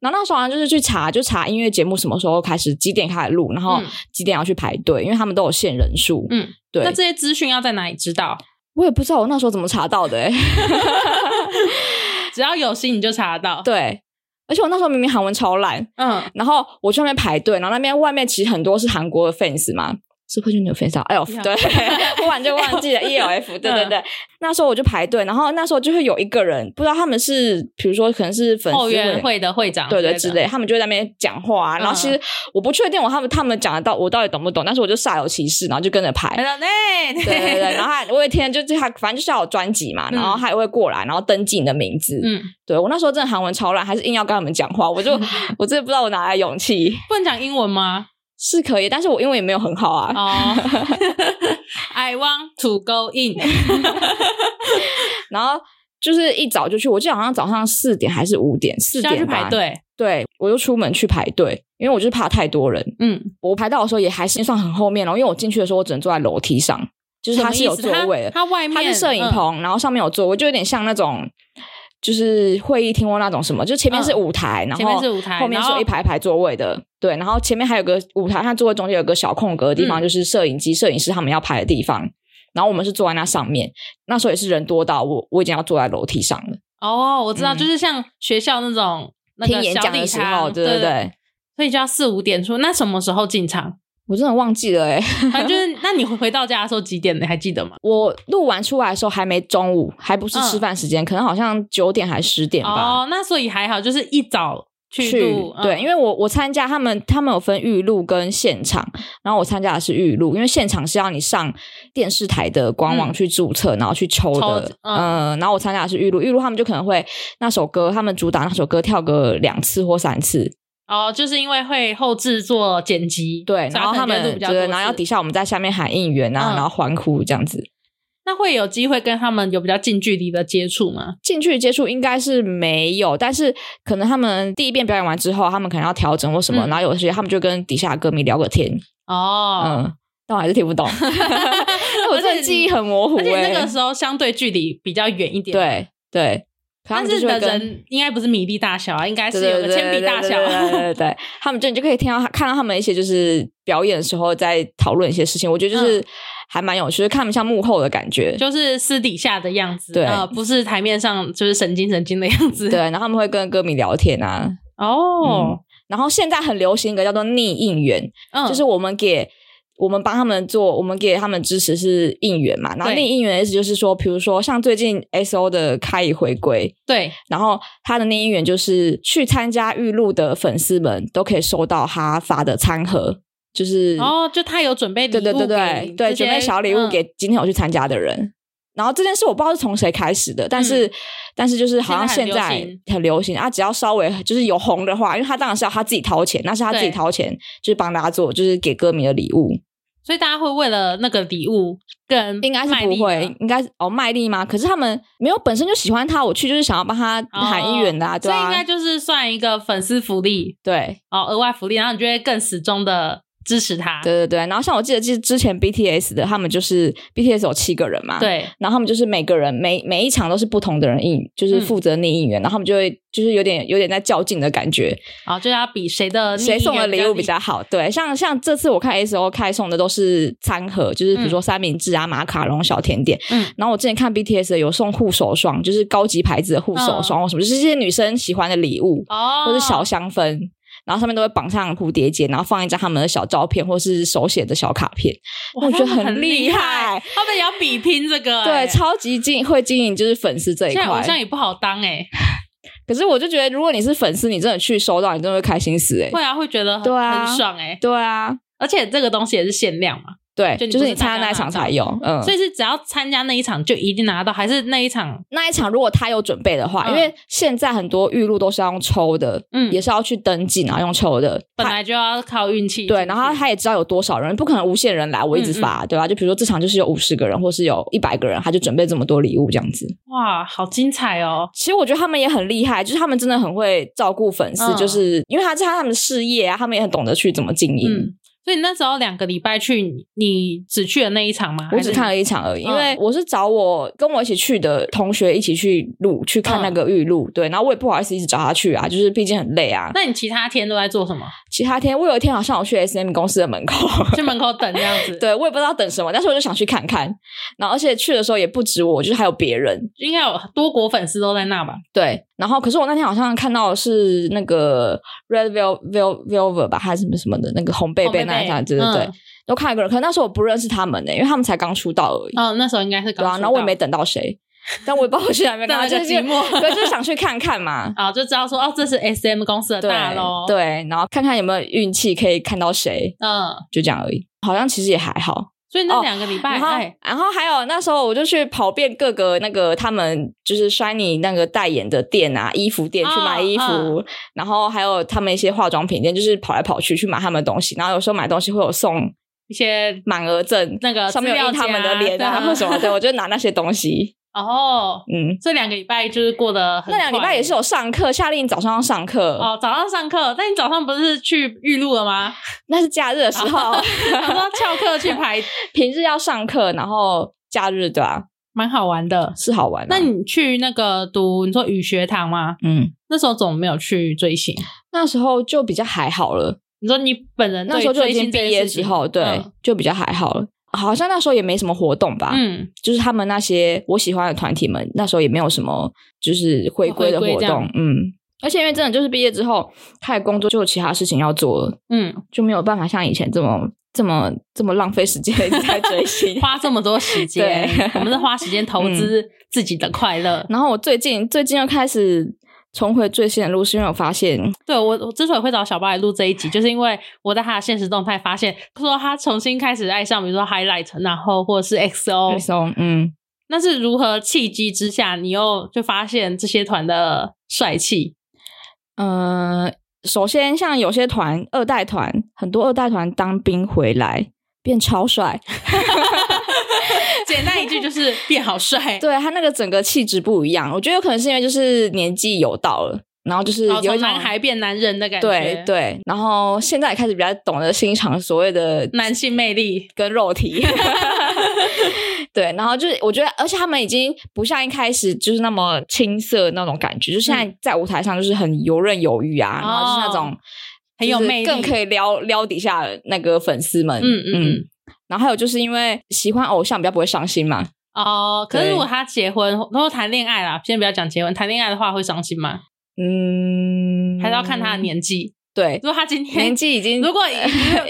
然后那时候好像就是去查，就查音乐节目什么时候开始，几点开始录，然后
嗯
几点要去排队，因为他们都有限人数。
嗯，
对。
那这些资讯要在哪里知道？
我也不知道我那时候怎么查到的、欸，
只要有心你就查得到。，
对。而且我那时候明明韩文超烂，
嗯，
然后我去那边排队，然后那边外面其实很多是韩国的 fans 嘛，是会去有 fans 啊，L F 对，忽然就忘 记了 E L F，对
嗯
对对。那时候我就排队，然后那时候就会有一个人，不知道他们是，比如说可能是粉丝
后援
会
会的会长
对对
的嗯
之类，他们就在那边讲话、啊，然后其实我不确定我他们他们讲得到我到底懂不懂，但是我就煞有其事，然后就跟着排
哎。那那
对对对，然后他我有一天就是他，反正就是要有专辑嘛，
嗯
然后他也会过来，然后登记你的名字。
嗯，
对我那时候真的韩文超烂，还是硬要跟他们讲话， 我就我真的不知道我哪来的勇气。
不能讲英文吗？
是可以，但是我英文也没有很好啊。
哦，I want to go in。
哎然后就是一早就去，我记得好像早上四点还是五点，四
需要去
点吧
排。队。
对，我就出门去排队，因为我就是怕太多人。
嗯，
我排到的时候也还是算很后面了，因为我进去的时候我只能坐在楼梯上，就是它是有
什么
座
意思
位的，
它它外面
它是摄影
嗯
棚，然后上面有座位，就有点像那种就是会议厅或那种什么，就前面是
嗯
舞台，然后
前面是舞台
后面是
然
有
后
一排排座位的，对，然后前面还有个舞台，它座位中间有个小空格的地方，
嗯
就是摄影机、摄影师他们要拍的地方。然后我们是坐在那上面，那时候也是人多到我我已经要坐在楼梯上了，
哦，我知道，
嗯
就是像学校那种那
听
个
演
小
讲
礼
的时
堂，
候，对对
对
对，
所以就要四五点出。那什么时候进场？
我真的忘记了哎、
反正就是，那你回回到家的时候几点？你还记得吗？
我录完出来的时候还没中午，还不是吃
嗯
饭时间，可能好像九点还十点吧。
哦，那所以还好，就是一早去
去
录，嗯
对，因为我我参加他们，他们有分预录跟现场，然后我参加的是预录，因为现场是要你上电视台的官网
嗯
去注册，然后去抽的
抽，嗯
呃然后我参加的是预录，预录他们就可能会那首歌，他们主打那首歌跳个两次或三次，
哦，就是因为会后制作剪辑，
对，
所以
然后
可
他
能就录
们
比较多次
对，然后要底下我们在下面喊应援啊，
嗯
然后欢呼这样子，
那会有机会跟他们有比较近距离的接触吗？
进去接触应该是没有，但是可能他们第一遍表演完之后，他们可能要调整或什么，
嗯
然后有些他们就跟底下的歌迷聊个天，
哦，
嗯，但我还是听不 懂，因为 我真的记忆很模糊、
而且那
欸，
个时候相对距离比较远一点，。
对对，可他
但
们就是是
的
会跟。
人应该不是米粒大小啊，应该
对
是有
对对
个铅笔大小啊
对。对对对对对，他们就你就可以听到他看到他们一些就是表演的时候在讨论一些事情，我觉得就是还蛮有趣，就是看不像幕后的感觉，
嗯就是私底下的样子，
对
呃，不是台面上就是神经神经的样子。
对，，然后他们会跟歌迷聊天啊，嗯
哦，
然后现在很流行一个叫做逆应援，
嗯，
就是我们给我们帮他们做，我们给他们支持是应援嘛。然后
对
另应援的意思就是说，比如说像最近 S O 的开以回归，
对，
然后他的另应援就是去参加预录的粉丝们都可以收到他发的餐盒，就是
哦，就他有准备礼物
对
给
对对对对，
这些
准备小礼物
嗯
给今天有去参加的人。然后这件事我不知道是从谁开始的，但是、但是就是好像现
嗯现在很
在
流行
很流行啊，只要稍微就是有红的话，因为他当然是要他自己掏钱，那是他自己
对
掏钱，就是帮大家做，就是给歌迷的礼物，
所以大家会为了那个礼物更
应该是
卖
不
力
会
吗，
应该是哦卖力吗？可是他们没有本身就喜欢他，我去就是想要帮他
哦
喊一元的、啊，对
所以应
啊
该，就是算一个粉丝福利
对，
哦，额外福利，然后你就会更始终的支持他。
对对对，然后像我记得，之之前 BTS 的他们就是 BTS 有七个人嘛，，
对
然后他们就是每个人每每一场都是不同的人应，就是
嗯
负责逆应援，然后他们就会就是有点有点在较劲的感觉，
然后就要比谁的
谁送的
的
礼物比较好？对，像像这次我看 S O 开送的都是餐盒，就是比如说三明治啊、马卡龙、小甜点。
嗯
然后我之前看 BTS 的有送护手霜，就是高级牌子的护手霜或什么，就是这些女生喜欢的礼物，
嗯哦，
或是小香氛。然后上面都会绑上蝴蝶结，然后放一张他们的小照片或是手写的小卡片。
哇，
我觉得
他们
很
很
厉
害
害，
他们也要比拼 这个、
对，
欸
超级经会经营就是粉丝这一
现在偶像
块。
也不好当哎、
可是我就觉得，如果你是粉丝，你真的去收到，你真的会开心死哎、欸
会啊，会觉得很
对啊
很爽哎、
对啊，
而且这个东西也是限量嘛，
对，
就你
就
不
是
是
你参加那一场才有，嗯，
所以是只要参加那一场就一定拿到，还是那一场
那一场如果他有准备的话，
嗯
因为现在很多预录都是要用抽的，
嗯
也是要去登记然后用抽的。
本来就要靠运气进去。
对，然后他也知道有多少人，不可能无限人来，我一直
嗯
发，对吧？啊就比如说这场就是有五十个人，或是有一百个人，他就准备这么多礼物这样子。
哇，好精彩哦！
其实我觉得他们也很厉害，就是他们真的很会照顾粉丝，
嗯
就是因为他是他们的事业啊，他们也很懂得去怎么经营。
嗯，所以你那时候两个礼拜去，你你只去了那一场吗？
我
还是
只看了一场而已，因
嗯
为我是找我跟我一起去的同学一起去录，去看
嗯
那个预录，对，然后我也不好意思一直找他去啊，就是毕竟很累啊。
那你其他天都在做什么？
其他天，我有一天好像有去 S M 公司的门口，
去门口等这样子。，
对我也不知道等什么，但是我就想去看看。然后而且去的时候也不止我，就是还有别人。
应该有多国粉丝都在那吧？
对，然后可是我那天好像看到的是那个 Red Vel Vel Velvet 吧，还是什么什么的那个红贝贝那一下，对对对，
嗯
都看一个人。可能那时候我不认识他们呢、因为他们才刚出道而已。
哦，那时候应该是
对
刚
啊，
出
然后我也
道
没等到谁，但我也不知道我去哪边，
等 了
就
个
是
寂寞
对，就是想去看看嘛。
啊，就知道说哦，这是 S M 公司的
对
大楼。，
对，然后看看有没有运气可以看到谁，
嗯，
就这样而已。好像其实也还好，
所以那
哦
两个礼拜，
然后
哎，，
然后还有那时候我就去跑遍各个那个他们就是 Shiny 那个代言的店啊，衣服店
哦
去买衣服，
嗯
然后还有他们一些化妆品店，就是跑来跑去去买他们的东西。然后有时候买东西会有送
一些
满额赠，
那个
上面有印
资料
他
夹
们的脸
对啊
啊或什么的，我就拿那些东西。
哦，
嗯，
这两个礼拜就是过得很
那两个礼
快
拜也是有上课，夏令营早上要上课，
哦，早上上课，但你早上不是去预录了吗？
那是假日的时候，
哦他说翘课去排，
平日要上课，然后假日对啊，
蛮好玩的。
是好玩啊、
那你去那个读你说语学堂吗？
嗯，
那时候怎么没有去追星？
那时候就比较还好了。
你说你本人对
那时候就已
追
经
星这
毕
件
业
事情
之后，对，
嗯
就比较还好了。好像那时候也没什么活动吧，
嗯，
就是他们那些我喜欢的团体们，那时候也没有什么就是回归的
回归
活
这
动
样，
嗯。而且因为真的就是毕业之后开始工作，就有其他事情要做了，
嗯，
就没有办法像以前这么这么这么浪费时间在追 星。
花这么多时间
对，嗯
我们是花时间投资自己的快乐。
然后我最近最近又开始重回追星的路，是因为我发现
对我，我之所以会找小八来录这一集，就是因为我在他的现实动态发现，他说他重新开始爱上，比如说 Highlight，然后或者是 XO，
那时候嗯，
那是如何契机之下，你又就发现这些团的帅气？
呃，首先像有些团二代团，很多二代团当兵回来变超帅，
哎简单一句就是变好帅。
对他那个整个气质不一样。我觉得有可能是因为就是年纪有到了，然后就是
然后
有一
哦从
种、
男孩变男人的感觉，
对，对，然后现在也开始比较懂得欣赏所谓的
男性魅力，
跟肉体。 对，然后就是我觉得，而且他们已经不像一开始就是那么青涩那种感觉，就现在在舞台上就是很游刃有余啊，然后就是那种
嗯哦很有
就是
魅力
更可以撩撩底下那个粉丝们。
嗯嗯嗯。
然后还有就是因为喜欢偶像比较不会伤心嘛，
哦，可是
对
如果他结婚，如果谈恋爱啦，先不要讲结婚，谈恋爱的话会伤心吗？
嗯，
还是要看他的。年纪。
对，
如果他今天
年，纪已经
如果以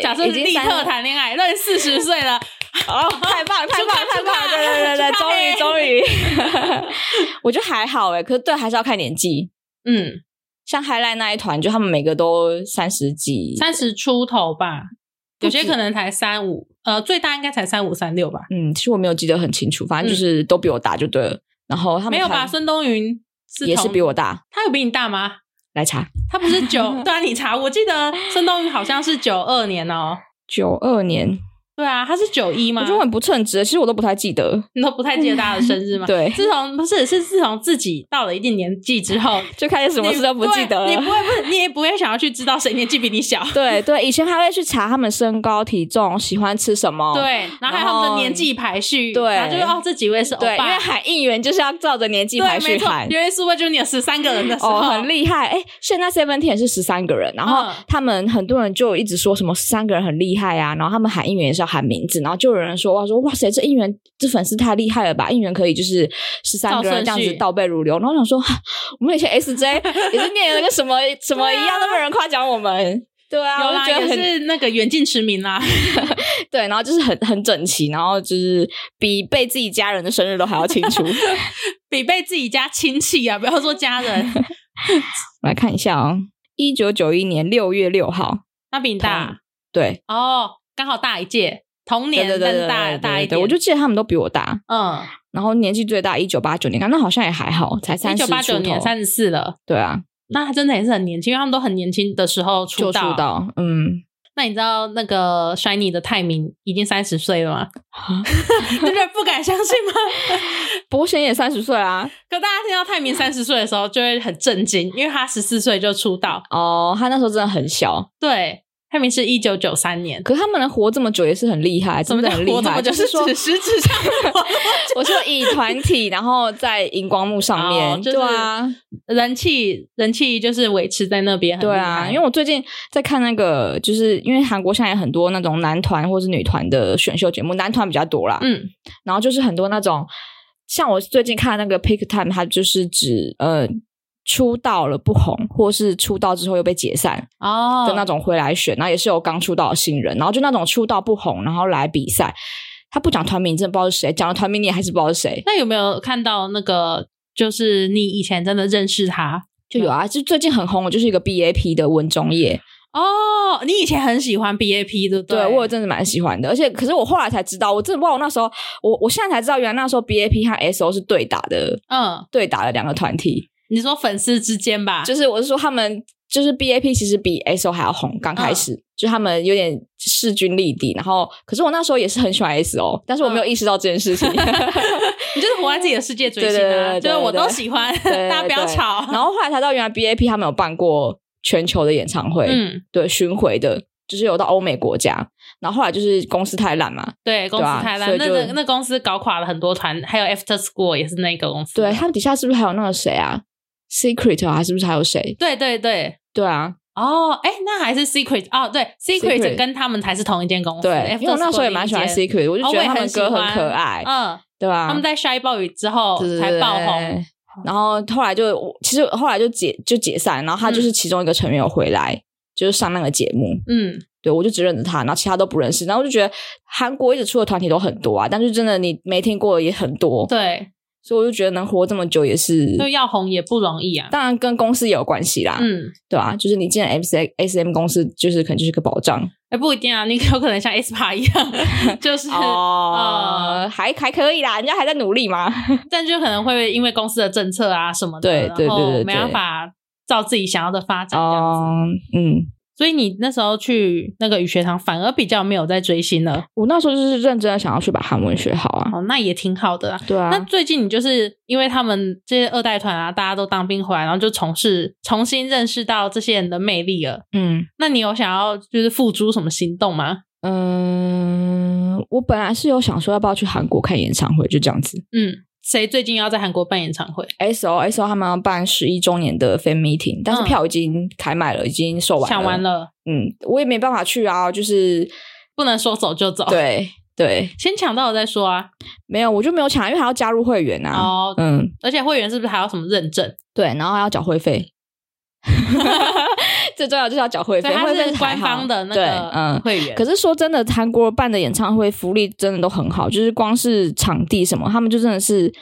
假 设
已
是
经
立
三
刻谈恋爱，那四十岁了，
哦，太棒，太棒，太
出
棒！
发
对对对对，
出发
对终于终于， 我觉得还好哎，可是对，还是要看年纪。
嗯，
像 Highlight 那一团，就他们每个都三十几，
三十出头吧，有些可能才三五，呃，最大应该才三五三六吧？
嗯，其实我没有记得很清楚，反正就是都比我大就对了。然后他们
没有吧？
看
孙东云是
也是
同
比我大，
他有比你大吗？
来查
他不 是九，对啊，你查，我记得孙东云好像是九二年哦、
九二年，
对啊，他是九一
我
吗
觉？得我很不称职，其实我都不太记得，
你都不太记得大家的生日吗？
对
自从不是是自从自己到了一定年纪之后，
就开 始什么事都不记得
你对你
了。哦
不会不是你也不会想要去知道谁年纪比你小，
对对，以前还会去查他们身高、体重、喜欢吃什么。
对，然后还有他们的年纪排序，
对
然后就是哦这几位是欧
对，因为
巴，
喊应援就是要照着年纪
对，
排
没
序
错
喊，。
因为 Super Junior 十三个人的时候，
哦，很厉哦害！哎，现在 Seventeen 也是十三个人，然后
嗯
他们很多人就一直说什么十三个人很厉害啊，然后他们喊应援也是要喊名字，然后就有人说哇说哇塞，这应援这粉丝太厉害了吧，应援可以就是十三个人这
照
样
顺序
子倒背如流，然后我想说哈我们以前 SJ 也是念的跟什么什么一样，都没有人夸奖我们。对 啊，
有
我就
啦，
觉得
也
很
是那个远近驰名啊啦，
对，然后就是很很整齐，然后就是比被自己家人的生日都还要清 楚。
比被自己家亲戚啊，不要说家 人，
我来看一下哦，一九九一年六月六号，
那比你大
对，
哦，刚好大一届，同
对
年
对对
但
对
是大
对
大一
对
点，
对，我就记得他们都比我大，
嗯，
然后年纪最大一九八九年，那好像也还好，才
一
三十
九八九
出
年
头，
三十四了。
对啊，
那他真的也是很年轻，因为他们都很年轻的时候
就
出
出道，嗯，
那你知道那个 Shiny 的泰明已经三十岁了吗？ 真的不敢相信吗？
博贤也三十岁啊，
可大家听到泰明三十岁的时候，就会很震惊，因为他十四岁就出道。
哦，他那时候真的很小，
对，泰明是一九九三年。
可是他们能活这么久也是很厉害，
什
真
么
的
叫
很厉
活这
害，
么久？
就是说
指。食指上活
我说以团体，然后在荧光幕 上面，
哦就是
对啊，
人气人气就是维持在那边很厉
对
害，
啊，因为我最近在看那个，就是因为韩国现在有很多那种男团或是女团的选秀节目，男团比较多啦。
嗯，
然后就是很多那种，像我最近看那个 Pick Time，它就是指呃出道了不红，或是出道之后又被解散
哦
的那种回来选，然后也是有刚出道的新人，然后就那种出道不红，然后来比赛，他不讲团名，你真的不知道是谁；讲了团名，你也还是不知道是谁。
那有没有看到那个？就是你以前真的认识他
就有啊，就最近很红，我就是一个 BAP 的文中业，
哦？你以前很喜欢 BAP，对不
对
对
我有真的蛮喜欢的，而且可是我后来才知道，我真的不知道我那时候，我我现在才知道，原来那时候 BAP 和 SO 是对打的，
嗯，
对打的两个团体。
你说粉丝之间吧，
就是我是说他们就是 BAP 其实比 SO 还要红，刚
嗯
开始、就他们有点势均力敌。然后，可是我那时候也是很喜欢 SO，但是我
嗯
没有意识到这件事情。
你就是活在自己的世界追星
对对
啊，
对对
就是我
对
都喜欢，
对
大家不要
对
吵。
然后后来才知道，原来 BAP 他们有办过全球的演唱会，
嗯，
对巡回的，就是有到欧美国家。然后后来就是公司太烂嘛，
对，公司
对啊
太
所
烂，
以
那
就
那那公司搞垮了很多团，还有 After School 也是那个公司。
对他们底下是不是还有那个谁啊？Secret 啊，是不是还有谁？
对对对，
对啊，
哦，哎，那还是 Secret 哦，对
Secret
Secret 跟他们才是同一间公司。
对，因为我那时候也蛮喜欢
Secret，
Secret，我就
哦
觉
我
得
也
他们
很喜
歌很
欢
可爱，
嗯，
对啊吧、
他们在 Shy 暴雨之后
对
才爆。
对对
红。
对然后后来就，我其实后来就解就解散，然后他就是其中一个成员有回来，就是上那个节目，
嗯，
对我就只认得他，然后其他都不认识。然后我就觉得韩国一直出的团体都很多啊，但是真的你没听过的也很多，
对，
所以我就觉得能活这么久也是，
就要红也不容易啊。
嗯当然跟公司也有关系啦，
嗯，
对吧、就是你进了 S S M 公司，就是可能就是个保障
哎，不一定啊，你有可能像 S 趴一 样，就是
哦，还还可以啦，人家还在努力嘛。
但就可能会因为公司的政策啊什么的，
对对
然
对对
后
对
没办法照自己想要的发展这样子。
哦，嗯，
所以你那时候去那个语学堂，反而比较没有在追星了。
我那时候就是认真的想要去把韩文学好啊。
哦，那也挺好的啊。
对啊，
那最近你就是因为他们这些二代团啊，大家都当兵回来，然后就从事重新认识到这些人的魅力了。
嗯
那你有想要就是付诸什么行动吗？
嗯、呃我本来是有想说要不要去韩国看演唱会，就这样子。
嗯，谁最近要在韩国办演唱会？
S O S O 他们要办十一周年的 fan meeting，但是
嗯
票已经开卖了，已经售完了。
想完了，
嗯，我也没办法去啊，就是
不能说走就走。，
对对，
先抢到了再说啊。
没有我就没有抢，啊因为还要加入会员啊。
哦，
嗯，
而且会员是不是还要什么认证？
对，然后还要缴会 费。最重要就是要缴会费，
对，它
会费
是
还
官
好
方的那
对
个
嗯，
会员。，
可是说真的，韩国办的演唱会福利真的都很好，就是光是场地什么，他们就真的是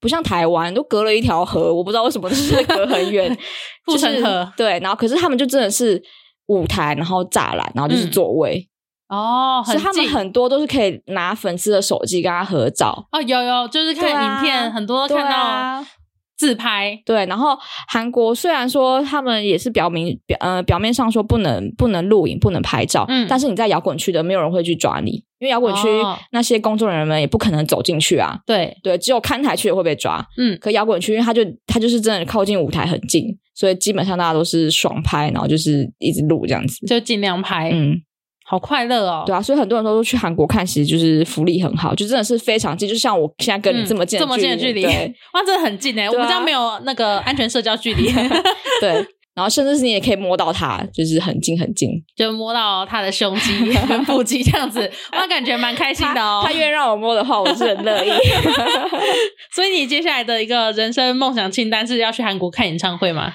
不像台湾都隔了一条河，我不知道为什么就是隔很远
护城河
就是对，然后可是他们就真的是舞台，然后栅栏，然后就是座位，
哦，
所以他们
近
很多都是可以拿粉丝的手机跟他合照。
哦，有有，就是看
对啊
影片，很多都看
对
到
啊
自拍，
对，然后韩国虽然说他们也是表明表呃表面上说不能不能录影不能拍照，
嗯
但是你在摇滚区的没有人会去抓你，因为摇滚区
哦
那些工作人员们也不可能走进去啊，
对，
对，只有看台区的会被抓，
嗯
可摇滚区因为它就它就是真的靠近舞台很近，所以基本上大家都是爽拍，然后就是一直录这样子，
就尽量拍，
嗯，
好快乐哦，
对啊，所以很多人都说去韩国看，其实就是福利很好，就真的是非常近，就像我现在跟你
嗯
这么近、
这么近的距离，
对
哇，真的很近哎，我
对啊
们这样没有那个安全社交 距离，
对，然后甚至是你也可以摸到它，就是很近很近。
就摸到他的胸 肌、跟腹肌这样子，哇，感觉蛮开心的哦
他。愿意让我摸的话，我是很乐意。
所以你接下来的一个人生梦想清单是要去韩国看演唱会吗？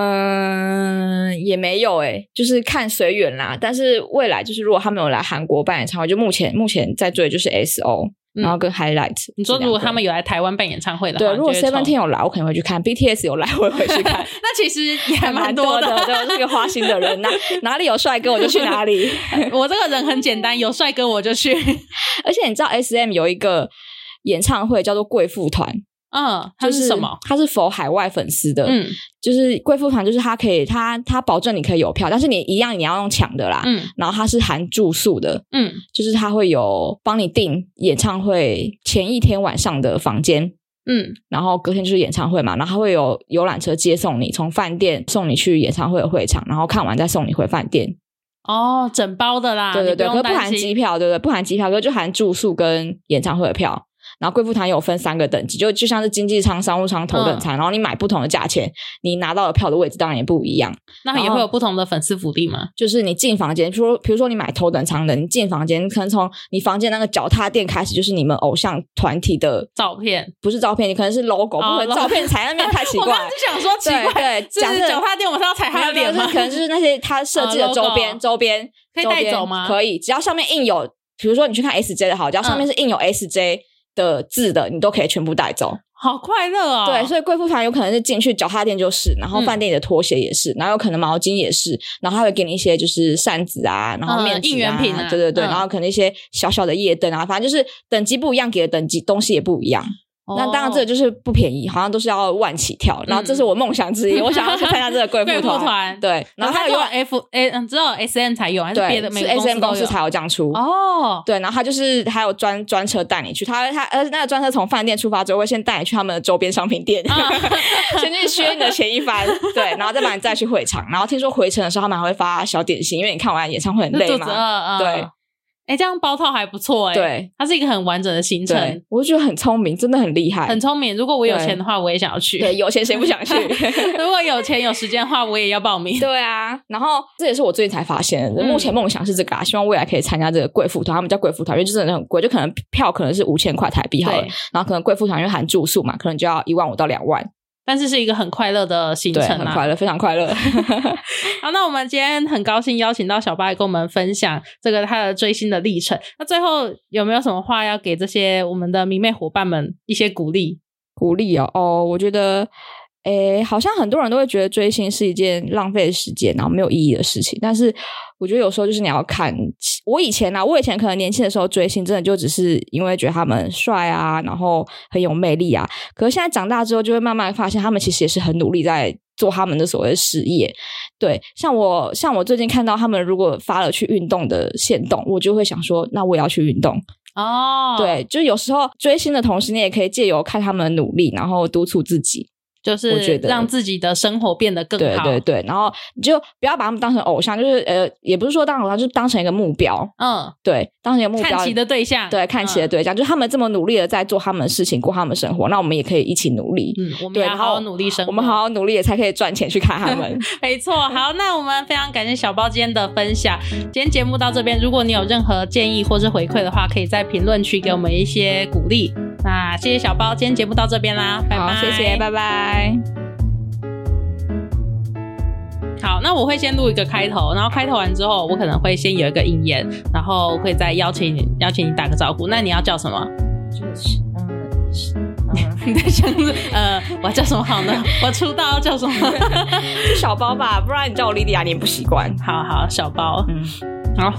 嗯，也没有诶、就是看随缘啦。但是未来就是如果他们有来韩国办演唱会，就目前目前在追的就是 S O，、
嗯
然后跟 Highlight。
你说如果他们有来台湾办演唱会的话，
对，如果
你就会
Seventeen
抽
有来，我可能会去看；BTS 有来，我也会去 看。
那其实也还蛮
多
的。
对，我是个花心的 人，哪哪里有帅哥我就去哪 里。
我这个人很简单，有帅哥我就去。
而且你知道 S M 有一个演唱会叫做贵妇团，
嗯，
就
他是什么？？
它是呃否海外粉丝的？
嗯
就是贵妇团，就是它可以，它它保证你可以有票，但是你一样你要用抢的啦。
嗯
然后它是含住宿的，
嗯，
就是它会有帮你订演唱会前一天晚上的房间，
嗯，
然后隔天就是演唱会嘛，然后它会有游览车接送你，从饭店送你去演唱会的会场，然后看完再送你回饭店。
哦，整包的啦，
对对
你不
对，可
用
是不
担
含机
心。
票，对不对？不含机票，可是就含住宿跟演唱会的票。然后贵妇团有分三个等级，就就像是经济舱、商务舱、头
嗯
等舱，然后你买不同的价钱，你拿到的票的位置当然也不一样。
那也
然后
会有不同的粉丝福利吗？
就是你进房间，比如说比如说你买头等舱的，你进房间可能从你房间那个脚踏垫开始，就是你们偶像团体的
照片
不是照片，你可能是 logo，、不可
哦
能
logo
照片踩在那边太奇
我
怪
刚。刚就想说奇怪，
对对，
这
假
是
设
脚踏垫，我是要踩他的
没有
脸
没有
吗？
就是可能就是那些他设计
哦
的
，logo
周边，周边
可以
周边
带走吗嗯
可以，只要上面印有，比如说你去看 SJ 的好，只要上面是印有 SJ 的字的，你都可以全部带走。
好快乐哦！
对，所以贵妇团有可能是进去脚踏垫就是，然后
嗯
饭店里的拖鞋也是，然后有可能毛巾也是，然后还会给你一些就是扇子啊，然后
嗯
面纸
应援品啊
对对对，
嗯
然后可能一些小小的夜灯啊，反正就是等级不一样，给的等级东西也不一样。
哦
那当然，这个就是不便宜，好像都是要万起跳。然后这是我梦想 之一，我想要去参加这个贵
嗯贵
妇
妇团
对，然后
它
还
只
有
有
一
F A，嗯，只有 S M 才有，还是别的
对，
每
是
个
S M
都
公司
有
才有这样出。
哦。
对，然后他就是还有专专车带你去，他他而且那个专车从饭店出发之后，会先带你去他们的周边商品店，
啊
先去削你的前一 番，对，然后再把你载去会场。然后听说回程的时候，他们还会发小点心，因为你看完演唱会很
就
累
肚子饿
嘛。
啊！
对
嗯，哎，这样包套还不错哎。，
对
它是一个很完整的行程
对，，我就觉得很聪明，真的很厉害，
很聪明。如果我有
对
钱的话，我也想要去。
对，有钱谁不想 去？
如果有钱有时间的话，我也要报名。
对啊，然后这也是我最近才发现的。
嗯
目前梦想是这个啊，希望未来可以参加这个贵妇团，他们叫贵妇团，因为就真的很贵，就可能票可能是五千块台币好了
对，
然后可能贵妇团因为含住宿嘛，可能就要一万五到两万，
但是是一个很快乐的行
对，
程
很
啊。
快乐，非常快乐。
好，那我们今天很高兴邀请到小八来跟我们分享这个他的追星的历程。那最后有没有什么话要给这些我们的迷妹伙伴们一些鼓励？
鼓励哦，哦，我觉得。诶，好像很多人都会觉得追星是一件浪费时间，然后没有意义的事情。但是我觉得有时候就是你要看，我以前啊，我以前可能年轻的时候追星，真的就只是因为觉得他们帅啊，然后很有魅力啊。可是现在长大之后，就会慢慢发现，他们其实也是很努力在做他们的所谓的事业。对，像我，像我最近看到他们如果发了去运动的线动，我就会想说，那我也要去运动。
哦，，
对，就有时候追星的同时，你也可以借由看他们的努力，然后督促自己。
就是
我觉得
让自己的生活变得更
对
好。
对对，然后你就不要把他们当成偶像，就是呃，也不是说当偶像，就是当成一个目标，
嗯，
对，当成一个目标。
看齐的对象，
对，看齐的
嗯
对象，就是他们这么努力的在做他们的事情，过他们的生活，那我们也可以一起努力，
嗯，我们
对
要
然
好好
后
努力生活。
我们好，好努力也才可以赚钱去看他们。
没错。好，那我们非常感谢小包今天的分享。今天节目到这边，如果你有任何建议或是回馈的话，可以在评论区给我们一些鼓励。那谢谢小包，今天节目到这边啦， 拜
好
拜，，
谢谢，拜拜。
好，那我会先录一个开头，然后开头完之后，我可能会先有一个引言，然后会再邀请你邀请你打个招呼。那你要叫什么？
嗯
你在想呃，我要叫什么好呢？我出道要叫什么？
啊小包吧，不然你叫我莉莉亚，你也不习惯。
好好，小包，
嗯，
好，